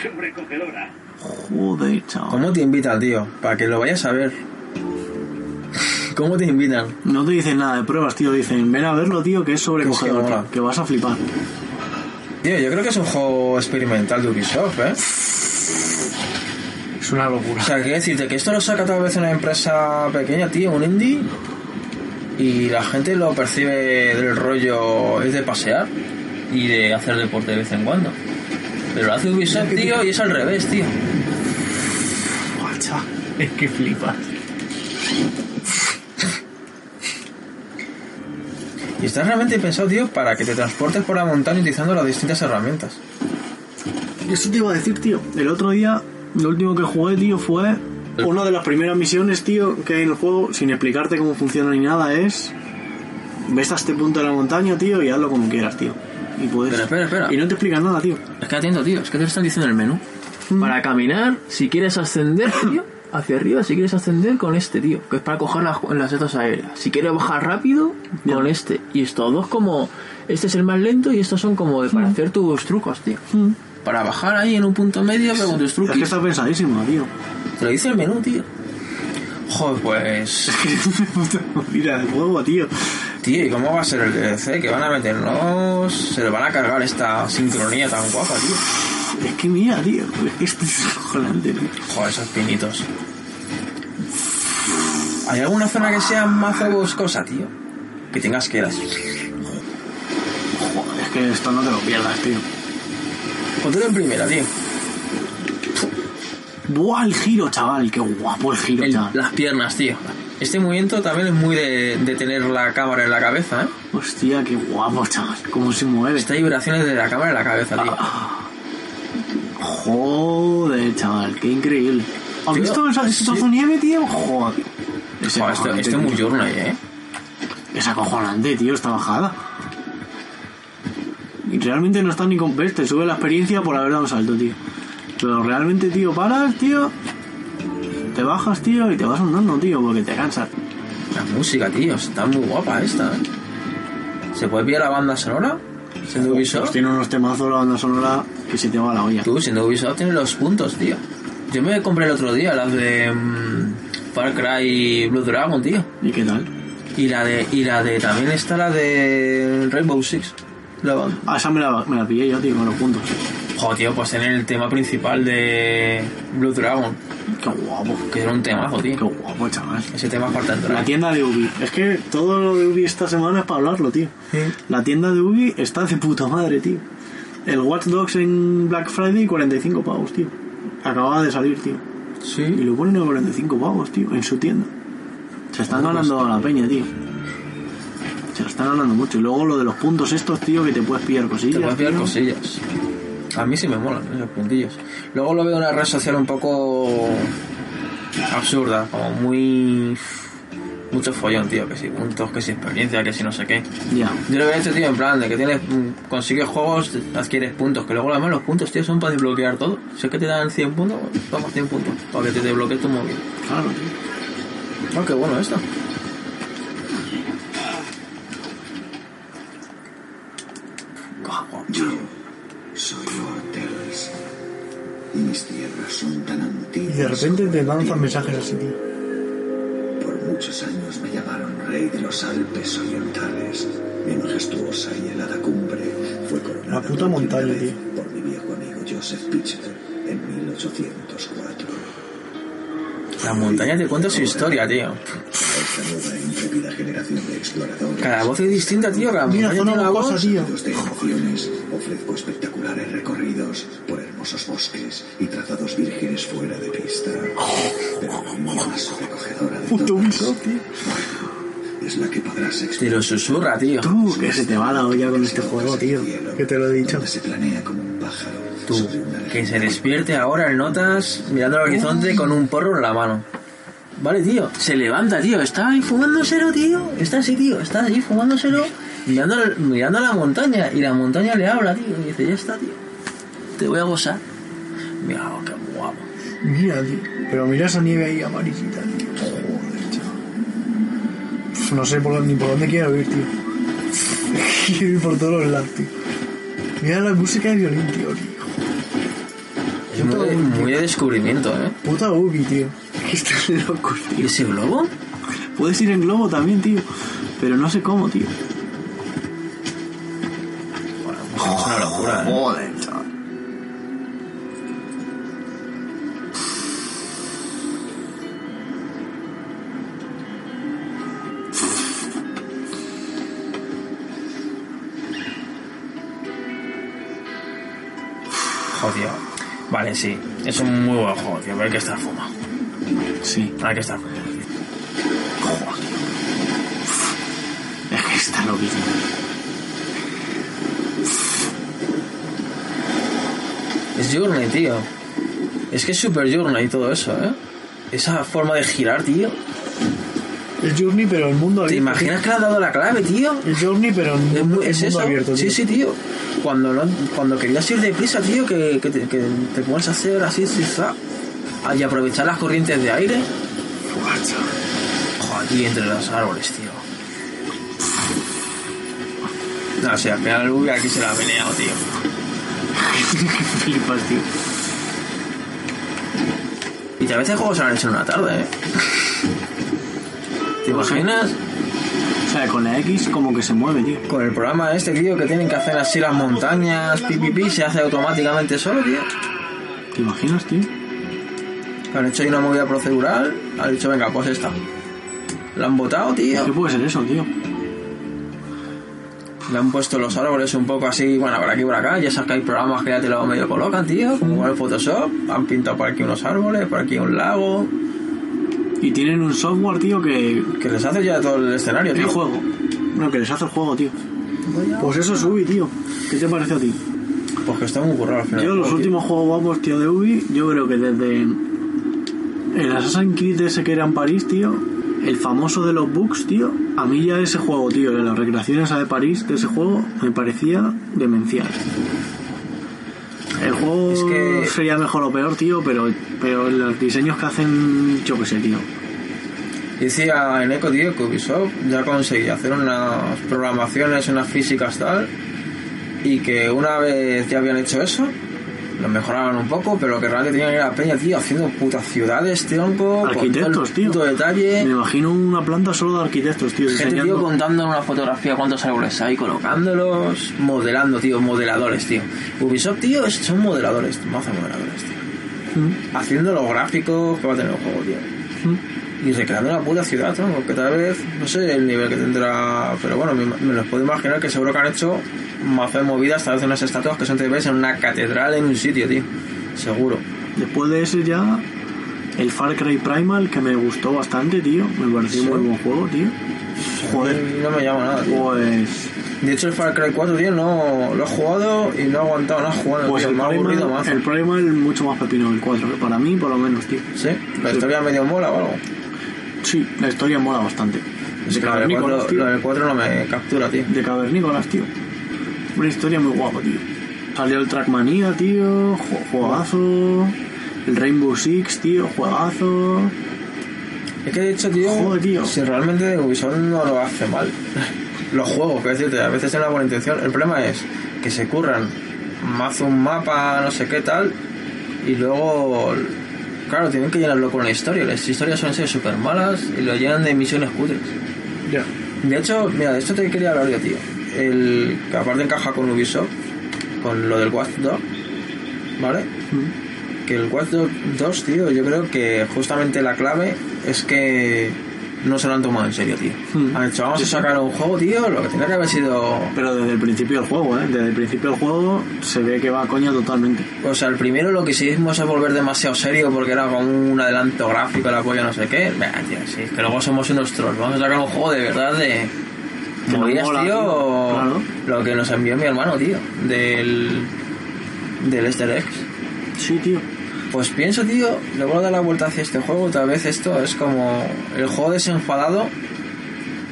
Speaker 5: sobrecogedora.
Speaker 2: Joder, chaval.
Speaker 1: ¿Cómo te invitan, tío? Para que lo vayas a ver. ¿Cómo te invitan?
Speaker 2: No te dicen nada de pruebas, tío. Dicen, ven a verlo, tío, que es sobrecogedor,
Speaker 1: Que es que
Speaker 2: tío,
Speaker 1: mola.
Speaker 2: que vas a flipar.
Speaker 1: Tío, yo creo que es un juego experimental de Ubisoft, ¿eh?
Speaker 2: Es una locura.
Speaker 1: O sea, quiero decirte que esto lo saca tal vez una empresa pequeña, tío, un indie, y la gente lo percibe del rollo es de pasear y de hacer deporte de vez en cuando.
Speaker 3: Pero lo hace Ubisoft, tío, y es al revés, tío.
Speaker 2: Es que flipas.
Speaker 1: Y está realmente pensado, tío, para que te transportes por la montaña utilizando las distintas herramientas.
Speaker 2: Eso te iba a decir, tío. El otro día, lo último que jugué, tío, fue. Una de las primeras misiones, tío, que hay en el juego, sin explicarte cómo funciona ni nada, es. Ves a este punto de la montaña, tío, y hazlo como quieras, tío. Y puedes.
Speaker 3: Pero espera, espera.
Speaker 2: Y no te explican nada, tío.
Speaker 3: Es que atento, tío, es que te lo están diciendo en el menú. Para caminar, si quieres ascender, tío, hacia arriba, si quieres ascender con este, tío, que es para coger las, las setas aéreas. Si quieres bajar rápido, con Mm. este. Y estos dos como... Este es el más lento y estos son como de para hacer tus trucos, tío. para bajar ahí en un punto medio, pero con tus
Speaker 2: Es que
Speaker 3: truquis.
Speaker 2: está pensadísimo, tío.
Speaker 3: Te lo dice el menú, tío. Joder, pues.
Speaker 2: Mira, el huevo, tío.
Speaker 3: Tío, ¿y cómo va a ser el DLC? Que van a meternos. Se le van a cargar esta sincronía tan guapa, tío.
Speaker 2: Es que mira, tío. Es que esto es cojonante, tío.
Speaker 3: Joder, esos pinitos. ¿Hay alguna zona que sea más boscosa, tío? Que tengas que ir así.
Speaker 2: Joder, es que esto no te lo pierdas, tío.
Speaker 3: Ponte en primera, tío.
Speaker 2: Buah, el giro, chaval. Qué guapo el giro,
Speaker 3: El-
Speaker 2: chaval.
Speaker 3: las piernas, tío. Este movimiento también es muy de, de tener la cámara en la cabeza, ¿eh?
Speaker 2: Hostia, qué guapo, chaval. Cómo se mueve.
Speaker 3: Estas vibraciones de la cámara en la cabeza, tío.
Speaker 2: Joder, chaval. Qué increíble. ¿Has
Speaker 3: Tío,
Speaker 2: visto esa, ese
Speaker 3: sí.
Speaker 2: trozo de nieve, tío? Joder. Es
Speaker 3: Joder, esto,
Speaker 2: acojonante,
Speaker 3: esto es muy
Speaker 2: tío.
Speaker 3: journey, ¿eh?
Speaker 2: Es acojonante, tío, esta bajada. Y realmente no está ni con peste, sube la experiencia por haber dado un salto, tío. Pero realmente, tío, paras, tío. Te bajas, tío, y te vas andando, tío, porque te cansas.
Speaker 3: La música, tío, está muy guapa esta, ¿eh? ¿Se puede pillar la banda sonora? Siendo Ubisoft.
Speaker 2: Pues tiene unos temazos la banda sonora que se te va la olla.
Speaker 3: Tú, siendo Ubisoft, tienes los puntos, tío. Yo me compré el otro día las de mm, Far Cry y Blue Dragon, tío.
Speaker 2: ¿Y qué tal?
Speaker 3: Y la de. Y la de. También está la de Rainbow Six. La banda.
Speaker 2: Ah, esa me la, me la pillé yo, tío, con los puntos.
Speaker 3: Joder, tío, pues en el tema principal de Blue Dragon,
Speaker 2: Qué guapo,
Speaker 3: que era un temazo,
Speaker 2: qué
Speaker 3: tío.
Speaker 2: guapo, chaval.
Speaker 3: Ese tema falta
Speaker 2: La
Speaker 3: entrar.
Speaker 2: tienda de Ubi. Es que todo lo de Ubi esta semana es para hablarlo, tío. La tienda de Ubi está de puta madre, tío. El Watch Dogs en Black Friday, 45 pavos, tío. Acaba de salir, tío. Y
Speaker 3: Sí.
Speaker 2: lo ponen a 45 pavos, tío, en su tienda. Se están ganando
Speaker 3: pues,
Speaker 2: a la peña, tío. Se lo están ganando mucho. Y luego lo de los puntos estos, tío, que te puedes pillar cosillas.
Speaker 3: Te voy a pillar
Speaker 2: tío.
Speaker 3: cosillas. A mí sí me molan esos puntillos. Luego lo veo en una red social un poco absurda, como muy... Mucho follón, tío, que si puntos, que si experiencia, que si no sé qué.
Speaker 2: Ya.
Speaker 3: Yo lo veo este tío en plan de que tienes, mm, consigues juegos, adquieres puntos, que luego además los puntos, tío, son para desbloquear todo. Si es que te dan 100 puntos, toma 100 puntos, para que te desbloquee tu móvil.
Speaker 2: Claro, tío.
Speaker 3: Ah, qué bueno esto.
Speaker 6: Yo soy Ortels. Mis tierras son tan antiguas. como el
Speaker 2: mensajes así, tío.
Speaker 6: tiempo. Por muchos años me llamaron rey de los Alpes Orientales. Mi majestuosa y helada cumbre fue coronada
Speaker 2: La puta
Speaker 6: por
Speaker 2: montaña,
Speaker 6: primera vez
Speaker 2: tío.
Speaker 6: por mi viejo amigo Joseph Pitcher en 1804.
Speaker 3: La montaña te cuenta su historia, tío.
Speaker 6: Esta nueva e intrépida generación de exploradores.
Speaker 3: Cada voz es distinta, tío. Cada
Speaker 2: Mira,
Speaker 3: montaña
Speaker 2: zona
Speaker 3: tiene una
Speaker 2: rocosa,
Speaker 3: voz.
Speaker 2: tío.
Speaker 6: Dos de emociones, ofrezco espectaculares recorridos por hermosos bosques y trazados vírgenes fuera de pista. Pero la mía más sobrecogedora de
Speaker 2: Puto
Speaker 6: todas
Speaker 2: Ubisoft, tío.
Speaker 6: es la que podrás
Speaker 3: Te
Speaker 6: explorar.
Speaker 3: lo susurra, tío.
Speaker 2: Tú, que se te va la olla con este juego, tío. Que te lo he dicho.
Speaker 6: Donde se planea como un pájaro
Speaker 3: Tú,
Speaker 6: sobre una
Speaker 3: que se
Speaker 6: lejana
Speaker 3: despierte ahora el Notas mirando al horizonte con un porro en la mano. Vale, tío. Se levanta, tío. Está ahí fumándoselo, tío. Está así, tío. Está ahí fumándoselo. Mirando, al- mirando a la montaña. Y la montaña le habla, tío. Y dice, ya está, tío. Te voy a gozar. Mira, oh, qué guapo.
Speaker 2: Mira, tío. Pero mira esa nieve ahí amarillita, tío. Joder, chaval. Pf, No sé por dónde- ni por dónde quiero ir, tío. Quiero ir por todos los lados, tío. Mira la música de violín, tío. tío.
Speaker 3: Es muy, de- muy de descubrimiento, ¿eh?
Speaker 2: Puta Ubi, tío. Están locos,
Speaker 3: ¿Y ese globo?
Speaker 2: Puedes ir en globo también, tío. Pero no sé cómo, tío.
Speaker 3: Es una locura, ¿eh?
Speaker 2: Joder, chaval.
Speaker 3: Joder. Vale, sí. Es un muy buen juego, tío. Pero hay que estar fumado.
Speaker 2: Sí.
Speaker 3: Hay que estar fumado.
Speaker 2: Es que está loquísimo.
Speaker 3: Es Journey, tío. Es que es Super Journey y todo eso, ¿eh? Esa forma de girar, tío.
Speaker 2: Es Journey, pero el mundo
Speaker 3: ¿Te imaginas que le has dado la clave, tío?
Speaker 2: Es Journey, pero el
Speaker 3: Es,
Speaker 2: mundo,
Speaker 3: muy- es
Speaker 2: el mundo
Speaker 3: eso.
Speaker 2: abierto,
Speaker 3: sí,
Speaker 2: tío.
Speaker 3: sí, tío. Cuando, no, cuando querías ir deprisa, tío, que, que te, que te pones a hacer así, sí, za, y aprovechar las corrientes de aire.
Speaker 2: Buah, chaval.
Speaker 3: Joder, aquí entre los árboles, tío. No, o sea, al final el Ubi aquí se la ha peleado, tío.
Speaker 2: Qué flipas, tío.
Speaker 3: Y tal vez el juego se lo han hecho en una tarde, ¿eh? ¿Te imaginas?
Speaker 2: O sea, con la X como que se mueve, tío.
Speaker 3: Con el programa este, tío, que tienen que hacer así las montañas, pipipi, se hace automáticamente solo, tío.
Speaker 2: ¿Te imaginas, tío?
Speaker 3: Han hecho ahí una movida procedural, han dicho, venga, pues esta. La han votado, tío.
Speaker 2: ¿Qué puede ser eso, tío?
Speaker 3: Le han puesto los árboles un poco así, bueno, por aquí por acá. Ya sabes que hay programas que ya te lo medio colocan, tío, como el Photoshop. Han pintado por aquí unos árboles, por aquí un lago.
Speaker 2: Y tienen un software, tío, que...
Speaker 3: Que les hace ya todo el escenario,
Speaker 2: El
Speaker 3: tío.
Speaker 2: juego. Bueno, que les hace el juego, tío. Pues eso es Ubi, tío. ¿Qué te parece a ti?
Speaker 3: Pues que está muy currado al final.
Speaker 2: Yo los
Speaker 3: Porque-
Speaker 2: últimos juegos guapos, tío, de Ubi, yo creo que desde el Assassin's Creed ese que era en París, tío, el famoso de los bugs, tío, a mí ya ese juego, tío, de la recreación esa de París, de ese juego, me parecía demencial. El juego
Speaker 3: Es que-
Speaker 2: sería mejor o peor, tío, pero, pero los diseños que hacen, yo qué sé, tío.
Speaker 3: Decía en Eco, tío, que Ubisoft ya conseguía hacer unas programaciones, unas físicas tal, y que una vez ya habían hecho eso, lo mejoraban un poco, pero lo que realmente tenían era peña, tío, haciendo putas ciudades, tronco, con todo el
Speaker 2: Arquitectos, tío.
Speaker 3: puto detalle.
Speaker 2: Me imagino una planta solo de arquitectos, tío,
Speaker 3: Gente, tío,
Speaker 2: diseñando...
Speaker 3: contando en una fotografía cuántos árboles hay, colocándolos, modelando, tío, modeladores, tío. Ubisoft, tío, es- son modeladores, mazo modeladores, tío.
Speaker 2: Mm,
Speaker 3: Haciendo los gráficos que va a tener el juego, tío.
Speaker 2: mm.
Speaker 3: Y recreando una puta ciudad, ¿no? que tal vez, no sé el nivel que tendrá, pero bueno, me, me los puedo imaginar que seguro que han hecho mazas movidas, tal vez unas estatuas que son te ves en una catedral en un sitio, tío. Seguro.
Speaker 2: Después de ese ya, el Far Cry Primal, que me gustó bastante, tío. Me pareció
Speaker 3: Sí.
Speaker 2: muy buen juego, tío. Joder.
Speaker 3: No me llama nada, tío.
Speaker 2: Pues,
Speaker 3: De hecho, el Far Cry 4, tío, no lo he jugado y no he aguantado nada jugando.
Speaker 2: pues
Speaker 3: tío,
Speaker 2: el,
Speaker 3: me ha aburrido ¿eh?
Speaker 2: Primal,
Speaker 3: mazo.
Speaker 2: el Primal mucho más pepino que el 4, para mí por lo menos, tío.
Speaker 3: Sí, la historia medio mola o algo.
Speaker 2: Sí, la historia mola bastante.
Speaker 3: Sí,
Speaker 2: De
Speaker 3: que la del
Speaker 2: Cavernícolas,
Speaker 3: 4,
Speaker 2: tío.
Speaker 3: la del 4 no me captura, tío.
Speaker 2: De Cavernícolas, tío. Una historia muy guapa, tío. Salió el Trackmania, tío. ju- Juegazo. El Rainbow Six, tío. Juegazo.
Speaker 3: Es que de hecho, tío,
Speaker 2: Joder, tío.
Speaker 3: si realmente Ubisoft no lo hace mal, los juegos, que decirte, a veces tienen la buena intención, el problema es que se curran mazo un mapa, no sé qué tal, y luego, claro, tienen que llenarlo con la historia. Las historias suelen ser súper malas y lo llenan de misiones cutres.
Speaker 2: Ya.
Speaker 3: De hecho, mira, de esto te quería hablar yo, tío. El que aparte encaja con Ubisoft, con lo del Watch Dogs, ¿vale? Que el Watch Dogs 2, tío, yo creo que justamente la clave es que no se lo han tomado en serio, tío.
Speaker 2: Mm.
Speaker 3: Han dicho, vamos a sacar un juego, tío, lo que tenía que haber sido...
Speaker 2: Pero desde el principio del juego, ¿eh? Desde el principio del juego se ve que va a coña totalmente.
Speaker 3: O sea, el Pues primero lo que hicimos es volver demasiado serio porque era como un adelanto gráfico, la polla, no sé qué. Bah, tío, sí, es que luego somos unos trolls. Vamos a sacar un juego de verdad de...
Speaker 2: Que nos
Speaker 3: movidas,
Speaker 2: mola,
Speaker 3: tío,
Speaker 2: tío. Claro.
Speaker 3: lo que nos envió mi hermano, tío, del... del Easter Egg.
Speaker 2: Sí, tío.
Speaker 3: Pues pienso, tío, le vuelvo a dar la vuelta hacia este juego. Tal vez esto es como el juego desenfadado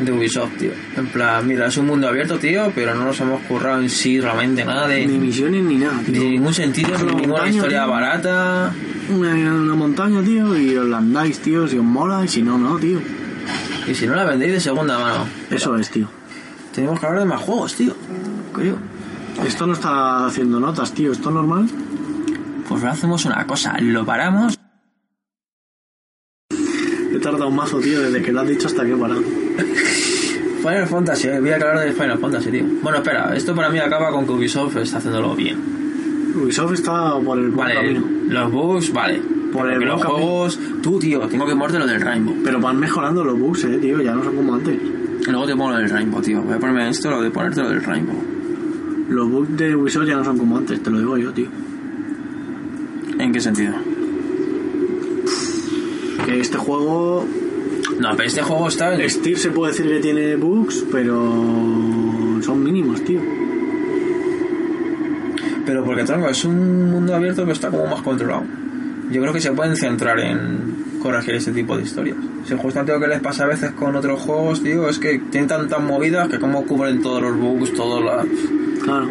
Speaker 3: de Ubisoft, tío. En plan, mira, es un mundo abierto, tío, pero no nos hemos currado en sí realmente nada de,
Speaker 2: Ni misiones ni nada,
Speaker 3: de
Speaker 2: tío.
Speaker 3: ningún sentido,
Speaker 2: Ni
Speaker 3: ninguna
Speaker 2: montaña,
Speaker 3: historia
Speaker 2: tío.
Speaker 3: barata.
Speaker 2: Una, una montaña, tío, y os la andáis, tío, si os mola, y si no, no, tío.
Speaker 3: Y si no la vendéis de segunda mano,
Speaker 2: Eso es, tío.
Speaker 3: tenemos que hablar de más juegos, tío. Creo.
Speaker 2: Esto no está haciendo notas, tío. ¿Esto es normal?
Speaker 3: Pues hacemos una cosa, lo paramos.
Speaker 2: He tardado un mazo, tío, desde que lo has dicho hasta que he parado.
Speaker 3: Final Fantasy, eh, voy a hablar de Final Fantasy, tío. Bueno, espera, esto para mí acaba con que Ubisoft está haciéndolo bien.
Speaker 2: Ubisoft está por el buen
Speaker 3: Vale,
Speaker 2: camino.
Speaker 3: los bugs, vale.
Speaker 2: Por el
Speaker 3: Porque los
Speaker 2: buen camino.
Speaker 3: juegos, tú, tío, tengo que ponerte lo del Rainbow.
Speaker 2: Pero van mejorando los bugs, eh, tío. Ya no son como antes.
Speaker 3: Luego te pongo lo del Rainbow, tío. Voy a ponerme esto, lo de ponerte lo del Rainbow.
Speaker 2: Los bugs de Ubisoft ya no son como antes, te lo digo yo, tío.
Speaker 3: ¿En qué sentido?
Speaker 2: Que este juego...
Speaker 3: No, pero este juego está en...
Speaker 2: Steve se puede decir que tiene bugs, pero... Son mínimos, tío.
Speaker 3: Pero porque, tronco, es un mundo abierto que está como más controlado. Yo creo que se pueden centrar en corregir ese tipo de historias. Si justamente lo que les pasa a veces con otros juegos, tío, es que tienen tantas movidas que como cubren todos los bugs, todas las...
Speaker 2: Claro.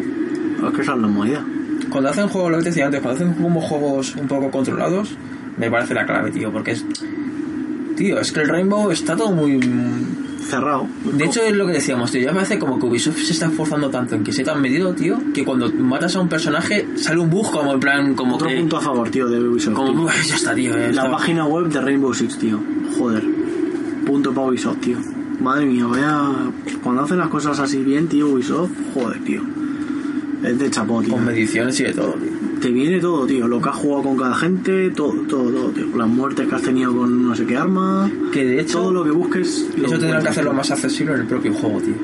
Speaker 2: Es que esa es la movida.
Speaker 3: Cuando hacen juegos, lo que te decía antes, cuando hacen como juegos un poco controlados, me parece la clave, tío, porque es. Tío, es que el Rainbow está todo muy. mm,
Speaker 2: cerrado.
Speaker 3: De hecho, es lo que decíamos, tío. Ya parece como que Ubisoft se está esforzando tanto en que se tan medido, tío, que cuando matas a un personaje sale un bug como en plan, como
Speaker 2: Otro
Speaker 3: que.
Speaker 2: punto a favor, tío, de Ubisoft.
Speaker 3: eh, Como,
Speaker 2: tío. eh,
Speaker 3: "Uy, ya está, tío. ya
Speaker 2: La
Speaker 3: está".
Speaker 2: página web de Rainbow Six, tío. Joder. Punto para Ubisoft, tío. Madre mía, vaya. Cuando hacen las cosas así bien, tío, Ubisoft, joder, tío. Es de chapó, tío.
Speaker 3: Con mediciones y de todo, tío.
Speaker 2: Te viene todo, tío. Lo que has jugado con cada gente, todo, todo, todo, tío. Las muertes que has tenido con no sé qué arma.
Speaker 3: Que de hecho-
Speaker 2: Todo lo que busques. lo
Speaker 3: Eso tendrán que
Speaker 2: encuentras.
Speaker 3: hacerlo más accesible en el propio juego, tío.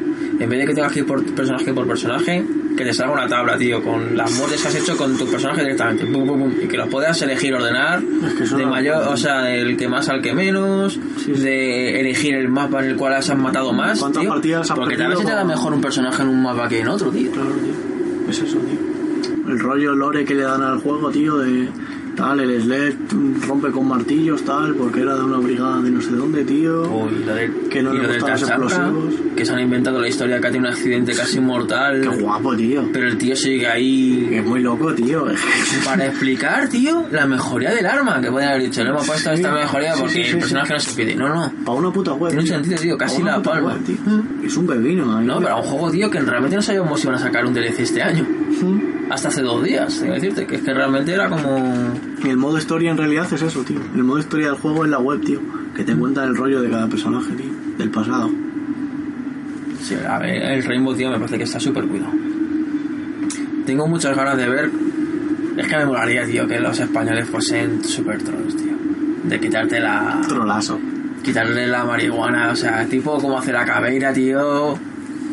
Speaker 3: En vez de que tengas que ir por personaje por personaje, que te salga una tabla, tío, con las muertes que has hecho con tu personaje directamente. Pum, pum, pum. y que los puedas elegir, ordenar.
Speaker 2: Es que eso
Speaker 3: de
Speaker 2: no-
Speaker 3: mayor, o sea, del que más al que menos.
Speaker 2: Sí, sí.
Speaker 3: De elegir el mapa en el cual has matado más.
Speaker 2: ¿Cuántas
Speaker 3: tío.
Speaker 2: partidas has
Speaker 3: Porque tal vez se
Speaker 2: perdido?
Speaker 3: te da mejor un personaje en un mapa que en otro, tío.
Speaker 2: Claro, tío. Es eso, tío. El rollo lore que le dan al juego, tío, de tal, el sled rompe con martillos, tal, porque era de una brigada de no sé dónde, tío.
Speaker 3: Uy, lo del-
Speaker 2: Que no
Speaker 3: y
Speaker 2: le
Speaker 3: lo del
Speaker 2: gustan los
Speaker 3: Tachanka,
Speaker 2: explosivos.
Speaker 3: Que se han inventado la historia que ha tenido un accidente casi mortal.
Speaker 2: Qué guapo, tío.
Speaker 3: Pero el tío sigue ahí.
Speaker 2: Que es muy loco, tío.
Speaker 3: Para explicar, tío, la mejoría del arma que pueden haber dicho. No hemos puesto esta
Speaker 2: Sí,
Speaker 3: mejoría
Speaker 2: sí,
Speaker 3: porque
Speaker 2: sí, sí,
Speaker 3: el personaje no se pide. No, no.
Speaker 2: Para una puta web.
Speaker 3: Tiene un
Speaker 2: tío.
Speaker 3: sentido, tío,
Speaker 2: Pa'
Speaker 3: casi
Speaker 2: una
Speaker 3: la
Speaker 2: puta
Speaker 3: palma.
Speaker 2: web, tío. Es un bebino, ahí.
Speaker 3: No, pero a un juego, tío, que realmente no sabíamos si iban a sacar un DLC este año.
Speaker 2: Mm.
Speaker 3: Hasta hace dos días, tengo que decirte. Que es que realmente era como.
Speaker 2: Y el modo historia en realidad es eso, tío. El modo historia del juego es la web, tío. Que te cuenta el rollo de cada personaje, tío. Del pasado.
Speaker 3: Sí, a ver, el Rainbow, tío, me parece que está súper cuidado. Tengo muchas ganas de ver. Es que me molaría, tío, que los españoles fuesen súper trolls, tío. De quitarte la.
Speaker 2: Trolazo.
Speaker 3: quitarle la marihuana, o sea, tipo como hace la cabeira, tío.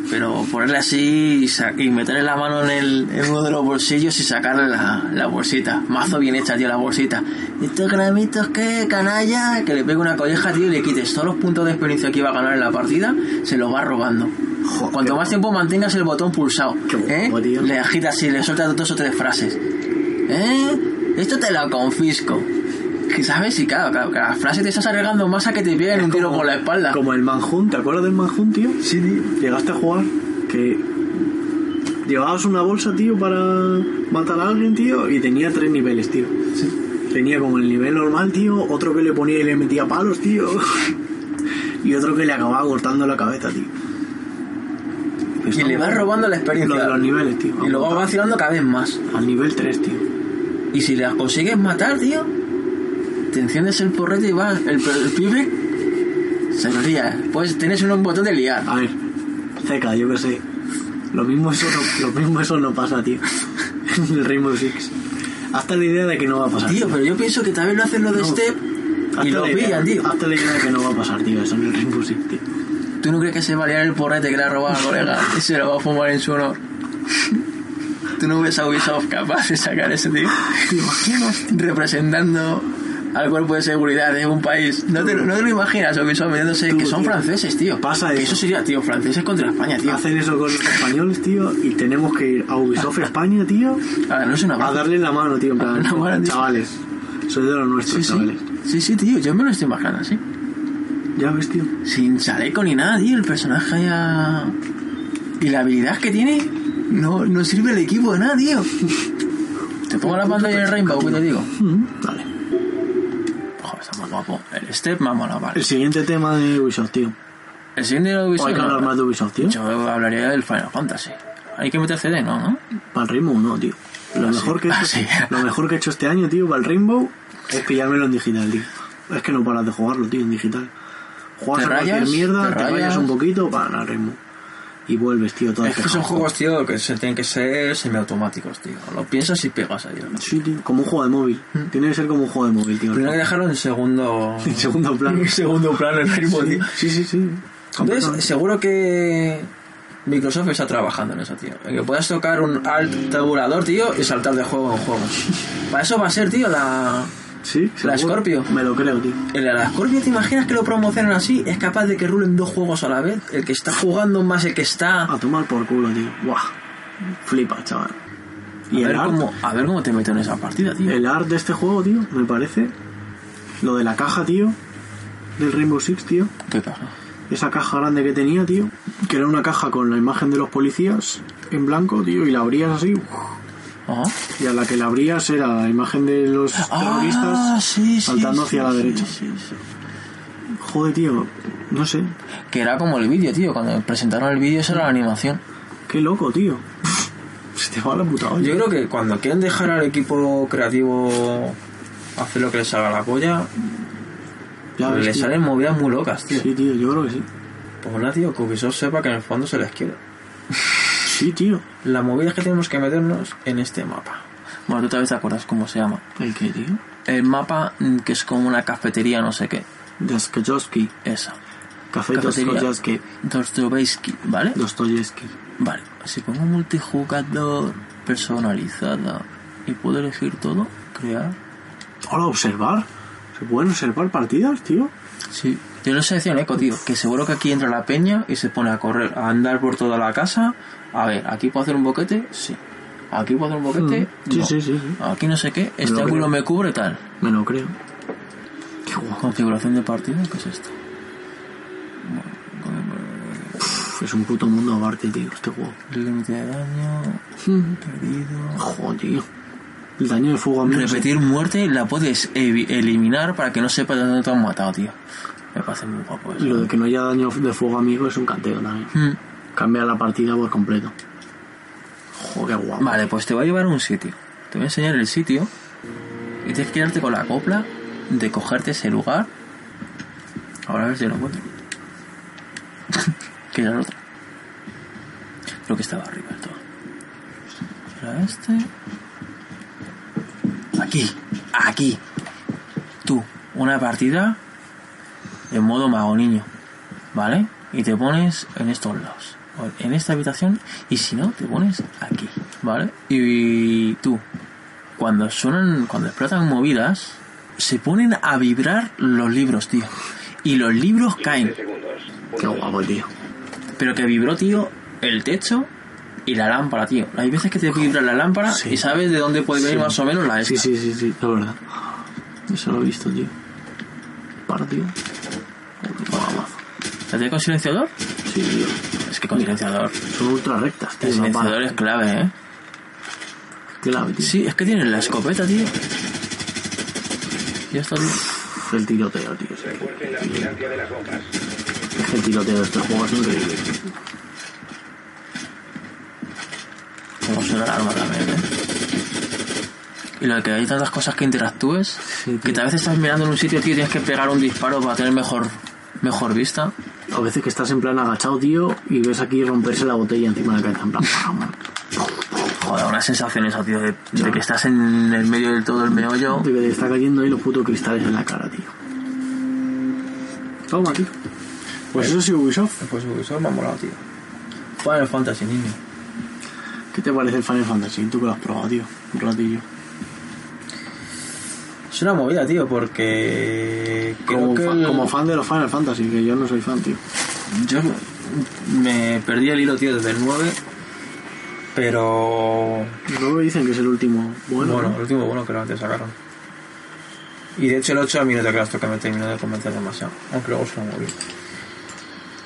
Speaker 3: Pero ponerle así y, sa- y meterle la mano en, el, en uno de los bolsillos y sacarle la, la bolsita. Mazo bien hecha, tío, la bolsita. Estos gramitos que, canalla, que le pegue una colleja, tío, y le quites todos los puntos de experiencia que iba a ganar en la partida, se los va robando.
Speaker 2: Joder.
Speaker 3: Cuanto más tiempo mantengas el botón pulsado,
Speaker 2: Qué
Speaker 3: ¿eh?
Speaker 2: guapo, tío.
Speaker 3: le agitas y le sueltas dos o tres frases. ¿Eh? Esto te lo confisco. Que sabes, y claro, claro, cada frase te estás agregando más a que te peguen un tiro por la espalda.
Speaker 2: Como el Manhunt, ¿te acuerdas del Manhunt, tío?
Speaker 3: Sí, tío.
Speaker 2: Llegaste a jugar que llevabas una bolsa, tío, para matar a alguien, tío, y tenía tres niveles, tío. Tenía como el nivel normal, tío, otro que le ponía y le metía palos, tío, y otro que le acababa cortando la cabeza, tío. Pero
Speaker 3: Y
Speaker 2: está
Speaker 3: le vas
Speaker 2: guapo.
Speaker 3: robando la
Speaker 2: Lo de
Speaker 3: experiencia.
Speaker 2: los niveles, tío.
Speaker 3: Y luego vas vacilando cada vez más.
Speaker 2: Al nivel 3, tío.
Speaker 3: Y si las consigues matar, tío, te enciendes el porrete y vas. El, el pibe se lo lía. Pues tienes un botón de liar.
Speaker 2: A ver, Zeca, yo qué sé. Lo mismo eso no, lo mismo eso no pasa, tío. En el Rainbow Six. Hasta la idea de que no va a pasar.
Speaker 3: Tío, pero yo pienso que tal vez lo hacen lo de
Speaker 2: Ah, No.
Speaker 3: Step y
Speaker 2: Hazte
Speaker 3: lo
Speaker 2: la idea-
Speaker 3: pillan, tío.
Speaker 2: hazte la idea de que no va a pasar, tío. Eso en el Rainbow Six, tío.
Speaker 3: ¿Tú no crees que se va a liar el porrete que le ha robado al colega y se lo va a fumar en su honor? ¿Tú no ves a Ubisoft capaz de sacar ese tío?
Speaker 2: ¿Te imaginas?
Speaker 3: Representando al cuerpo de seguridad de un país. ¿No te, no te lo imaginas, Ubisoft metiéndose?
Speaker 2: Tú,
Speaker 3: Que son
Speaker 2: tío.
Speaker 3: franceses, tío.
Speaker 2: Pasa
Speaker 3: Que
Speaker 2: eso.
Speaker 3: eso sería, tío, franceses contra España, tío.
Speaker 2: Hacen eso con los españoles, tío. Y tenemos que ir a Ubisoft España, tío.
Speaker 3: Ahora, no es una
Speaker 2: A
Speaker 3: broma.
Speaker 2: darle la mano, tío. En plan,
Speaker 3: No, bueno, tío.
Speaker 2: chavales. Soy de los
Speaker 3: Sí,
Speaker 2: nuestros,
Speaker 3: sí.
Speaker 2: chavales.
Speaker 3: sí, sí, tío, yo me lo estoy imaginando así.
Speaker 2: Ya ves, tío.
Speaker 3: Sin chaleco ni nada, tío, el personaje ya... Y la habilidad que tiene no, no sirve el equipo de nada, tío. Te pongo la pantalla de Rainbow, que te digo.
Speaker 2: Mm, Vale.
Speaker 3: Joder, está muy guapo. El step me ha molado, vale.
Speaker 2: El siguiente tema de Ubisoft, tío.
Speaker 3: El siguiente de
Speaker 2: O hay
Speaker 3: Ubisoft...
Speaker 2: que
Speaker 3: no,
Speaker 2: hablar más de Ubisoft, tío.
Speaker 3: Yo hablaría del Final Fantasy. Hay que meter CD, ¿no? ¿No?
Speaker 2: Para el Rainbow no, tío. Lo,
Speaker 3: Ah,
Speaker 2: mejor
Speaker 3: sí.
Speaker 2: que he
Speaker 3: Ah,
Speaker 2: hecho,
Speaker 3: sí.
Speaker 2: lo mejor que he hecho este año, tío, para el Rainbow, es pillármelo en digital, tío. Es que no paras de jugarlo, tío, en digital. Juegas
Speaker 3: Te
Speaker 2: a cualquier
Speaker 3: rayas,
Speaker 2: mierda,
Speaker 3: te
Speaker 2: te, rayas.
Speaker 3: rayas.
Speaker 2: un poquito, para el Rainbow. Y vuelves, tío, todo
Speaker 3: Es que son juegos, tío, que se tienen que ser semiautomáticos, tío. Lo piensas y pegas ahí. ¿no?
Speaker 2: Sí, tío, como un juego de móvil. Tiene que ser como un juego de móvil, tío.
Speaker 3: Mm. Primero hay que dejarlo en segundo...
Speaker 2: En segundo plano.
Speaker 3: En segundo plano el ritmo, tío.
Speaker 2: Sí, sí, sí.
Speaker 3: Entonces,
Speaker 2: Completamente.
Speaker 3: seguro que Microsoft está trabajando en eso, tío. En que puedas tocar un alt tabulador, tío, y saltar de juego en juego. Para eso va a ser, tío, la...
Speaker 2: Sí,
Speaker 3: la
Speaker 2: seguro.
Speaker 3: Scorpio.
Speaker 2: Me lo creo, tío.
Speaker 3: El de la Scorpio, ¿te imaginas que lo promocionan así? Es capaz de que rulen dos juegos a la vez. El que está jugando más el que está...
Speaker 2: A tomar por culo, tío. Buah. Flipa, chaval.
Speaker 3: a, ver
Speaker 2: el arte?
Speaker 3: cómo, a ver cómo te meto en esa partida, tío.
Speaker 2: El art de este juego, tío, me parece. Lo de la caja, tío. Del Rainbow Six, tío.
Speaker 3: ¿Qué pasa?
Speaker 2: Esa caja grande que tenía, tío. Que era una caja con la imagen de los policías en blanco, tío. Y la abrías así. uf,
Speaker 3: Ah,
Speaker 2: Y a la que la abrías era la imagen de los
Speaker 3: Ah,
Speaker 2: terroristas
Speaker 3: sí, sí,
Speaker 2: saltando
Speaker 3: sí,
Speaker 2: hacia la
Speaker 3: sí,
Speaker 2: derecha.
Speaker 3: sí, sí.
Speaker 2: Joder, tío. No sé.
Speaker 3: Que era como el vídeo, tío. Cuando presentaron el vídeo, esa era la animación.
Speaker 2: Qué loco, tío. Se te va la puta olla.
Speaker 1: Yo creo que cuando quieren dejar al equipo creativo hacer lo que les salga la polla,
Speaker 2: Ya ves,
Speaker 1: le
Speaker 2: tío.
Speaker 1: salen movidas muy locas, tío.
Speaker 2: Sí, tío, yo creo que sí.
Speaker 1: Pues nada, tío, que Ubisoft sepa que en el fondo se les quiere.
Speaker 2: Sí, tío.
Speaker 1: La movida es que tenemos que meternos en este mapa.
Speaker 3: Bueno, tú tal vez te acuerdas cómo se llama.
Speaker 2: ¿El qué, tío?
Speaker 3: El mapa mm, que es como una cafetería, no sé qué.
Speaker 2: Dostoyevsky.
Speaker 3: Esa.
Speaker 2: Café
Speaker 3: Cafetería.
Speaker 2: Dostoyevsky.
Speaker 3: Dostoevsky, ¿vale?
Speaker 2: Dostoyevsky.
Speaker 3: Vale. Si pongo multijugador, personalizada y puedo elegir todo, crear.
Speaker 2: Hola, observar. ¿Se pueden observar partidas, tío?
Speaker 3: Sí. Yo les decía un eco, tío, que seguro que aquí entra la peña y se pone a correr, a andar por toda la casa. A ver, aquí puedo hacer un boquete, sí. Aquí puedo hacer un boquete,
Speaker 2: Mm. Sí,
Speaker 3: no.
Speaker 2: sí, sí, sí.
Speaker 3: Aquí no sé qué,
Speaker 2: lo
Speaker 3: este ángulo
Speaker 2: creo.
Speaker 3: me cubre tal.
Speaker 2: Me lo creo. Qué guapo.
Speaker 3: Configuración de partida, ¿qué es esto?
Speaker 2: Es un puto mundo aparte, tío, este juego.
Speaker 3: Límite de daño,
Speaker 2: Mm.
Speaker 3: perdido.
Speaker 2: Joder, tío. El daño de fuego a mí. no sé.
Speaker 3: Repetir muerte la puedes evi- eliminar para que no sepa de dónde te han matado, tío. Me parece muy guapo eso.
Speaker 2: Lo de que no haya daño de fuego amigo es un canteo también.
Speaker 3: Mm.
Speaker 2: Cambia la partida por completo. Joder, qué guapo.
Speaker 3: Vale, pues te voy a llevar a un sitio. Te voy a enseñar el sitio. Y tienes que irte con la copla de cogerte ese lugar. Ahora a ver si lo encuentro. que era el otro. Creo que estaba arriba del todo. Era este. Aquí. Aquí. Tú, una partida en modo mago niño. ¿Vale? Y te pones en estos lados. o En esta habitación. Y si no, te pones aquí. ¿Vale? Y tú. Cuando suenan. Cuando explotan movidas. Se ponen a vibrar los libros, tío. Y los libros caen.
Speaker 2: Qué guapo, tío.
Speaker 3: Pero que vibró, tío, el techo y la lámpara, tío. Hay veces que te vibra la lámpara
Speaker 2: Sí.
Speaker 3: y sabes de dónde puede venir
Speaker 2: Sí.
Speaker 3: más o menos la
Speaker 2: Sí,
Speaker 3: esta.
Speaker 2: sí, sí, sí, la verdad. Eso lo he visto, tío. Partido. Guapazo.
Speaker 3: ¿La tiene con silenciador?
Speaker 2: Sí, tío.
Speaker 3: Es que con silenciador.
Speaker 2: Son ultra rectas, tío.
Speaker 3: El
Speaker 2: la pala.
Speaker 3: silenciador es clave, ¿eh?
Speaker 2: Clave, tío.
Speaker 3: Sí, es que tiene la escopeta, tío. Ya está, tío.
Speaker 2: El tiroteo, tío. Es que el tiroteo de este juego es increíble.
Speaker 3: Como suena el arma también, ¿eh? Y lo de que hay tantas cosas que interactúes,
Speaker 2: tío.
Speaker 3: que tal vez estás mirando en un sitio, tío, y tienes que pegar un disparo para tener mejor, mejor vista.
Speaker 2: A veces que estás en plan agachado, tío, y ves aquí romperse la botella encima de la cabeza. En plan, ¡pam!
Speaker 3: Joder, una sensación esa, tío, de, de que estás en el medio del todo el meollo.
Speaker 2: De que te está cayendo ahí los putos cristales en la cara, tío. Toma, tío. Pues eso sí, Ubisoft.
Speaker 1: Pues Ubisoft me ha molado, tío. Final Fantasy, niño.
Speaker 2: ¿Qué te parece el Final Fantasy? Tú que lo has probado, tío. Un ratillo.
Speaker 1: Es una movida, tío, porque. creo
Speaker 2: Como,
Speaker 1: que
Speaker 2: fa-
Speaker 1: el-
Speaker 2: como fan de los Final Fantasy, que yo no soy fan, tío.
Speaker 1: Yo me perdí el hilo, tío, desde el 9. Pero.
Speaker 2: No me dicen que es el último bueno.
Speaker 1: Bueno,
Speaker 2: ¿no?
Speaker 1: el último bueno que antes sacaron. Y de hecho el 8 a mí no te creas tú que me terminó de convencer demasiado. Aunque luego se lo moví.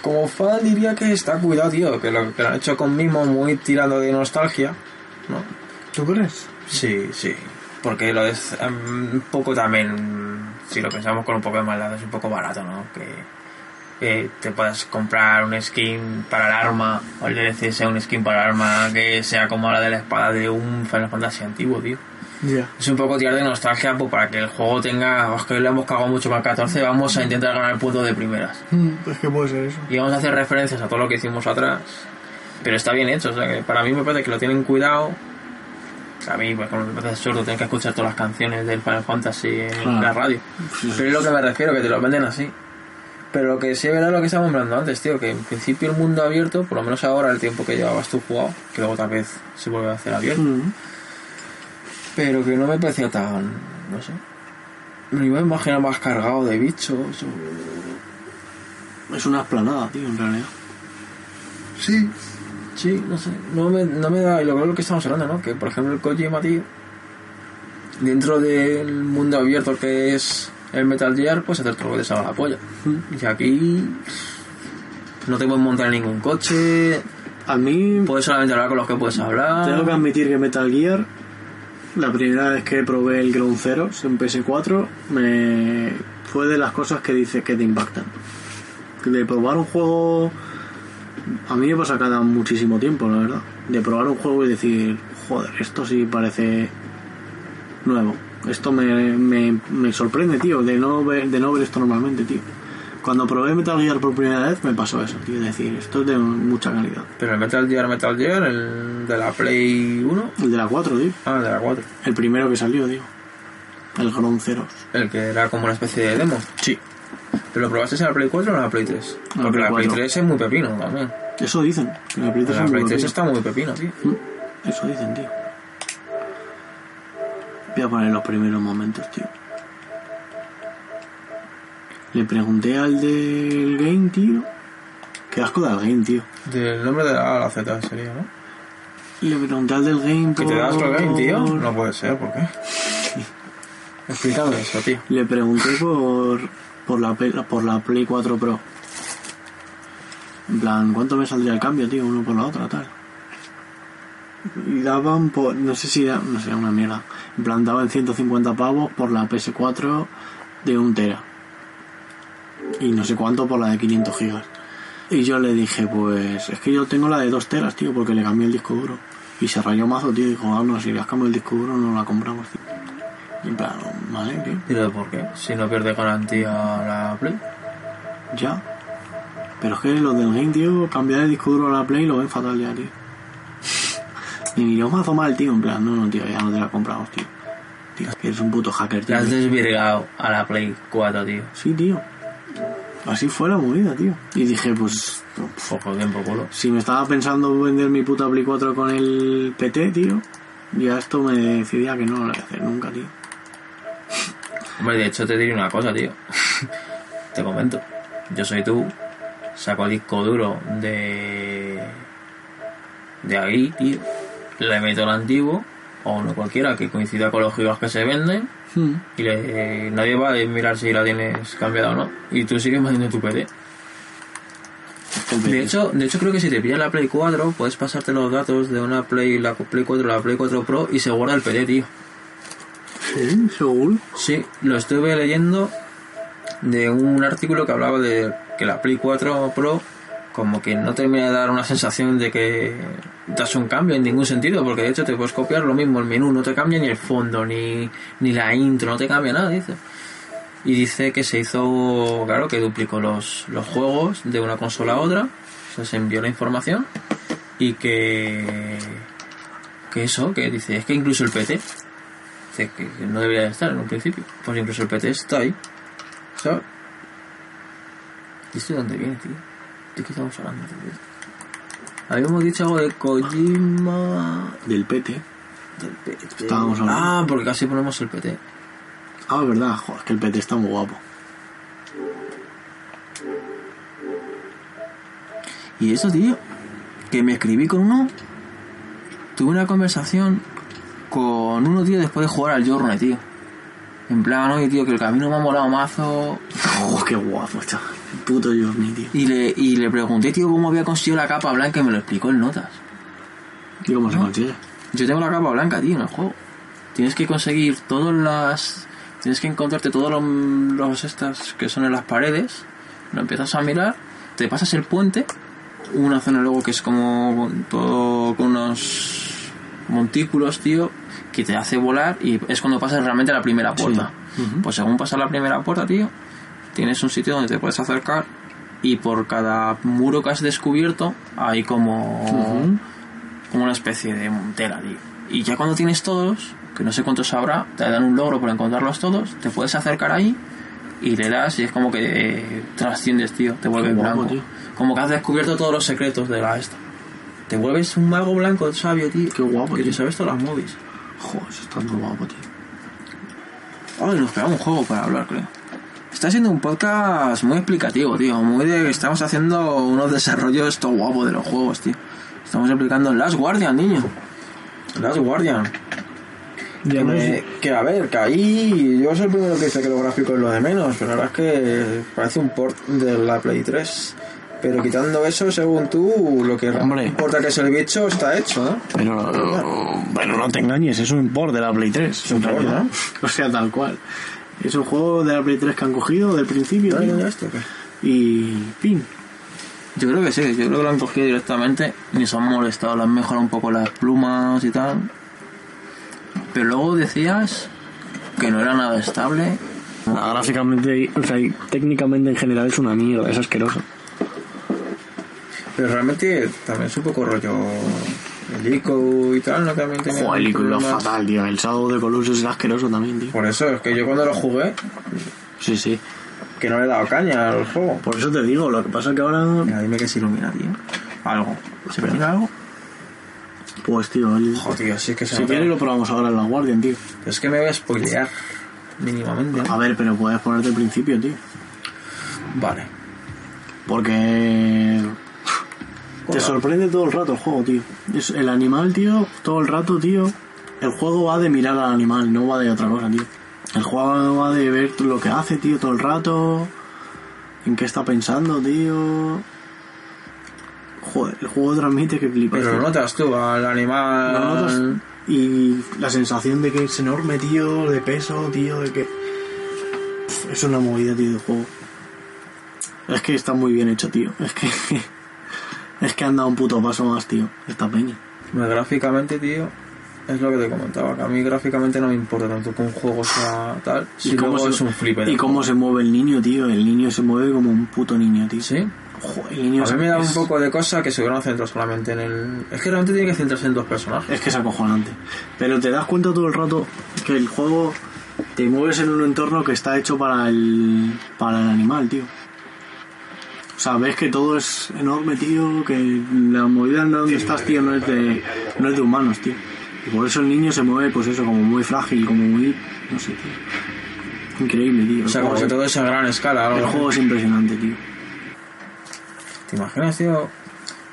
Speaker 1: Como fan diría que está cuidado, tío, que lo que lo han hecho con Mimo muy tirando de nostalgia. ¿No?
Speaker 2: ¿Tú crees?
Speaker 1: Sí, sí. Porque lo es em, un poco también, si lo pensamos con un poco de maldad, es un poco barato, ¿no? Que, que te puedas comprar un skin para el arma, o el DLC sea un skin para el arma que sea como la de la espada de un Final Fantasy antiguo, tío.
Speaker 2: Ya.
Speaker 1: Es un poco tirar de nostalgia pues, para que el juego tenga, os que le hemos cagado mucho para el 14, vamos a intentar ganar puntos de primeras.
Speaker 2: Mm, es que puede ser eso.
Speaker 1: Y vamos a hacer referencias a todo lo que hicimos atrás. Pero está bien hecho, o sea que para mí me parece que lo tienen cuidado. A mí, pues como me parece absurdo tener que escuchar todas las canciones del Final Fantasy en
Speaker 2: Claro.
Speaker 1: la radio. Pero es lo que me refiero, que te lo venden así. Pero lo que sí es verdad lo que estábamos hablando antes, tío, que en principio el mundo abierto, por lo menos ahora el tiempo que llevabas tú jugado, que luego tal vez se vuelve a hacer abierto, pero que no me parecía tan. no sé. Me lo iba a imaginar más cargado de bichos. o-
Speaker 2: Es una esplanada, tío, en realidad.
Speaker 1: Sí. Sí, no sé. No me, no me da. Y lo, lo que estamos hablando, ¿no? Que por ejemplo el Kojima, tío. Dentro del mundo abierto que es el Metal Gear, pues hacer todo lo que te salga la polla. Y aquí. No te puedes montar en ningún coche.
Speaker 2: A mí
Speaker 1: Puedes solamente hablar con los que puedes hablar.
Speaker 2: tengo que
Speaker 3: Ah.
Speaker 2: admitir que Metal Gear, la primera vez que probé el Ground Zeroes en PS4, me fue de las cosas que dice que te impactan. de probar un juego. A mí me pasa cada muchísimo tiempo, la verdad. De probar un juego y decir, joder, esto sí parece nuevo. Esto me, me, me sorprende, tío, de no, ver, de no ver esto normalmente, tío. Cuando probé Metal Gear por primera vez me pasó eso, tío. Es decir, esto es de mucha calidad.
Speaker 3: Pero el Metal Gear, Metal Gear, el de la Play 1.
Speaker 2: El de la 4, tío.
Speaker 3: Ah, el de la 4.
Speaker 2: El primero que salió, tío. El Ground Zeroes.
Speaker 3: El que era como una especie de demo.
Speaker 2: Sí.
Speaker 3: ¿Pero lo probaste en la Play 4 o en la Play 3?
Speaker 2: En la
Speaker 3: Porque
Speaker 2: Play
Speaker 3: la Play
Speaker 2: 4.
Speaker 3: 3 es muy pepino también.
Speaker 2: Eso dicen. que la Play 3
Speaker 3: La
Speaker 2: es muy
Speaker 3: Play 3
Speaker 2: buena,
Speaker 3: está muy pepino, tío.
Speaker 2: tío. Mm, Eso dicen, tío. Voy a poner los primeros momentos, tío. Le pregunté al del game, tío. Qué asco da el game, tío.
Speaker 3: Del nombre de la A a la Z sería, ¿no?
Speaker 2: Le pregunté al del game
Speaker 3: ¿Que
Speaker 2: por...
Speaker 3: te das lo game, tío? No puede ser, ¿por qué? Explícame eso, tío.
Speaker 2: Le pregunté por, por, la, Play- por la Play 4 Pro. En plan, ¿cuánto me saldría el cambio, tío? Uno por la otra, tal. Y daban por. No sé si era. No sé, era una mierda. En plan, daban 150 pavos por la PS4 de un tera. Y no sé cuánto por la de 500 gigas. Y yo le dije, pues. Es que yo tengo la de 2 teras, tío, porque le cambié el disco duro. Y se rayó mazo, tío. Dijo, ah, no, si le has cambiado el disco duro, no la compramos, tío. Y en plan, vale, tío.
Speaker 3: ¿Pero por qué? Si no pierde garantía la Play.
Speaker 2: Ya. Pero es que los del game, tío, cambiar el disco duro a la Play lo ven fatal ya, tío. Me miró mazo mal, tío, en plan, no, no, tío, ya no te la compramos, tío. Tío, que eres un puto hacker,
Speaker 3: Te
Speaker 2: tío.
Speaker 3: has desvirgado a la Play 4, tío.
Speaker 2: Sí, tío. Así fue la movida, tío. Y dije, pues,
Speaker 3: Foco, bien por culo.
Speaker 2: si me estaba pensando vender mi puta Play 4 con el PT, tío, ya esto me decidía que no lo voy a hacer nunca, tío.
Speaker 3: Hombre, de hecho te diré una cosa, tío. te comento. Yo soy tú. Saco disco duro de... De ahí, tío. Le meto el antiguo. O uno cualquiera que coincida con los gigas que se venden.
Speaker 2: Hmm.
Speaker 3: Y le- nadie va a mirar si la tienes cambiada o no. Y tú sigues manteniendo tu PD.
Speaker 2: El PT.
Speaker 3: De hecho, de hecho creo que si te pillas la Play 4, puedes pasarte los datos de una Play, la Play 4 a la Play 4 Pro y se guarda el PD, tío.
Speaker 2: Sí, seguro.
Speaker 3: Sí, lo estuve leyendo de un artículo que hablaba de que la Play 4 Pro como que no termina de dar una sensación de que das un cambio en ningún sentido, porque de hecho te puedes copiar lo mismo, el menú no te cambia ni el fondo, ni, ni la intro, no te cambia nada, dice. Y dice que se hizo, claro, que duplicó los, los juegos de una consola a otra, o sea, se envió la información y que... Que eso, que dice, es que incluso el PT, Dice que que no debería de estar en un principio. Pues incluso el PT está ahí. ¿Sabes? ¿Y esto de dónde viene, tío? ¿De qué estamos hablando, tío? Habíamos dicho algo de Kojima.
Speaker 2: Del PT.
Speaker 3: Del PT.
Speaker 2: Estábamos hablando.
Speaker 3: Ah, porque casi ponemos el PT.
Speaker 2: Ah, verdad, joder, es que el PT está muy guapo.
Speaker 3: Y eso, tío, que me escribí con uno. Tuve una conversación con uno, tío, después de jugar al Jorne, tío. En plan, oye, tío, que el camino me ha molado mazo.
Speaker 2: Oh, qué guapo, chaval. Puto Journey, tío.
Speaker 3: Y le, y le pregunté, tío, cómo había conseguido la capa blanca y me lo explicó en notas.
Speaker 2: ¿Y cómo se consigue?
Speaker 3: Yo tengo la capa blanca, tío, en el juego. Tienes que conseguir todas las... Tienes que encontrarte todos los, los estas que son en las paredes. Lo empiezas a mirar. Te pasas el puente. Una zona luego que es como con todo con unos montículos, tío, que te hace volar y es cuando pasas realmente la primera puerta. Pues según pasas la primera puerta, tío, tienes un sitio donde te puedes acercar y por cada muro que has descubierto hay como como una especie de montera, tío. Y ya cuando tienes todos, que no sé cuántos habrá, te dan un logro por encontrarlos todos, te puedes acercar ahí y le das y es como que eh, trasciendes, tío, te vuelves
Speaker 2: Qué guapo,
Speaker 3: blanco.
Speaker 2: tío.
Speaker 3: Como que has descubierto todos los secretos de la esta. Te vuelves un mago blanco sabio, tío.
Speaker 2: Qué guapo,
Speaker 3: Que te
Speaker 2: tío.
Speaker 3: sabes todas las movies.
Speaker 2: Joder, eso está muy guapo, tío.
Speaker 3: Ay, Oh, nos queda un juego para hablar, creo. Está siendo un podcast muy explicativo, tío. Muy de que estamos haciendo unos desarrollos todo guapo de los juegos, tío. Estamos explicando Last Guardian, niño. Last Guardian. Que, me- que, a ver, que ahí yo soy el primero que dice que lo gráfico es lo de menos, pero la verdad es que parece un port de la Play 3. Pero quitando eso, según tú, lo que
Speaker 2: Hombre.
Speaker 3: importa que es el bicho está hecho, ¿no?
Speaker 2: Pero, pero no te engañes, es un port de la Play 3.
Speaker 3: un
Speaker 2: en
Speaker 3: port,
Speaker 2: realidad.
Speaker 3: ¿no?
Speaker 2: O sea, tal cual. Es un juego de la Play 3 que han cogido del principio.
Speaker 3: ¿Te has
Speaker 2: tío.
Speaker 3: leído esto o qué?
Speaker 2: y pin.
Speaker 3: Yo creo que sí, yo creo que lo han cogido directamente, ni se han molestado, le han mejorado un poco las plumas y tal. Pero luego decías que no era nada estable.
Speaker 7: Ah, gráficamente, o sea, y técnicamente en general es una mierda, es asqueroso.
Speaker 3: Pero realmente también es un poco rollo el ICO y tal, ¿no? También tenía
Speaker 2: Joder, el icono es
Speaker 3: problemas.
Speaker 2: fatal, tío. El sábado de Colossus es asqueroso también, tío.
Speaker 3: Por eso, es que yo cuando lo jugué,
Speaker 2: Sí, sí.
Speaker 3: que no le he dado caña al juego.
Speaker 2: Por eso te digo, lo que pasa es que ahora.
Speaker 3: Mira, dime que se ilumina, tío. Algo. ¿Se prende algo?
Speaker 2: Pues, tío, el-
Speaker 3: Joder, tío, sí que se
Speaker 2: si
Speaker 3: nota.
Speaker 2: quieres lo probamos ahora en la Guardian, tío.
Speaker 3: Es que me voy a spoilear mínimamente. ¿eh?
Speaker 2: A ver, pero puedes ponerte al principio, tío.
Speaker 3: Vale.
Speaker 2: Porque. Te sorprende todo el rato el juego, tío. Es el animal, tío, todo el rato, tío. El juego va de mirar al animal, no va de otra cosa, tío. El juego va de ver lo que hace, tío, todo el rato. En qué está pensando, tío. Joder, el juego transmite que flipas.
Speaker 3: Pero
Speaker 2: tío.
Speaker 3: lo notas tú al animal.
Speaker 2: Lo notas.
Speaker 3: Mm.
Speaker 2: Y la sensación de que es enorme, tío, de peso, tío, de que. Pff, Es una movida, tío, de juego. Es que está muy bien hecho, tío. Es que. Es que han dado un puto paso más, tío. Esta peña.
Speaker 3: Me- Gráficamente, tío, es lo que te comentaba. Que a mí gráficamente no me importa tanto que un juego sea tal. Si luego es un flipper.
Speaker 2: Y cómo se mueve el niño, tío. El niño se mueve como un puto niño, tío.
Speaker 3: Sí.
Speaker 2: Joder, el niño
Speaker 3: A
Speaker 2: se-
Speaker 3: mí me da un
Speaker 2: es-
Speaker 3: poco de cosa que se hubieran centrado solamente en el. Es que realmente tiene que centrarse en dos personajes.
Speaker 2: Es que es acojonante. Pero te das cuenta todo el rato que el juego te mueves en un entorno que está hecho para el, para el animal, tío. O sea, ves que todo es enorme, tío, que la movida en donde estás, tío, no es de, no es de humanos, tío. Y por eso el niño se mueve, pues eso, como muy frágil, como muy... no sé, tío. Increíble, tío.
Speaker 3: O sea,
Speaker 2: el
Speaker 3: como
Speaker 2: juego,
Speaker 3: que todo es a gran
Speaker 2: el
Speaker 3: escala. algo así.
Speaker 2: juego es impresionante, tío.
Speaker 3: ¿Te imaginas, tío?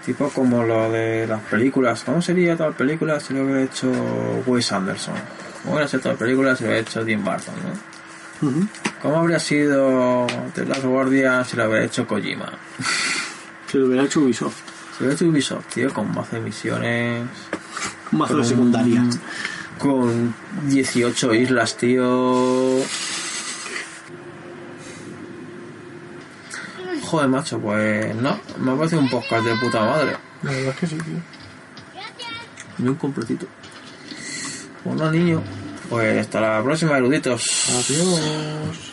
Speaker 3: Tipo como lo de las películas. ¿Cómo sería tal película si lo hubiera hecho Wes Anderson? ¿Cómo hubiera sido tal película si lo hubiera hecho Tim Burton? ¿no?
Speaker 2: Ujú.
Speaker 3: ¿Cómo habría sido The Last Guardian si lo hubiera hecho Kojima?
Speaker 2: Se lo hubiera hecho Ubisoft.
Speaker 3: Si lo hubiera hecho Ubisoft, tío, con más emisiones.
Speaker 2: Un mazo de
Speaker 3: con-
Speaker 2: secundaria.
Speaker 3: mm, Con 18 islas, tío. Joder, macho, pues no. Me ha parecido un podcast de puta madre.
Speaker 2: La verdad es que sí, tío.
Speaker 3: Ni un completito. Bueno, niño. Pues hasta la próxima, eruditos.
Speaker 2: Adiós.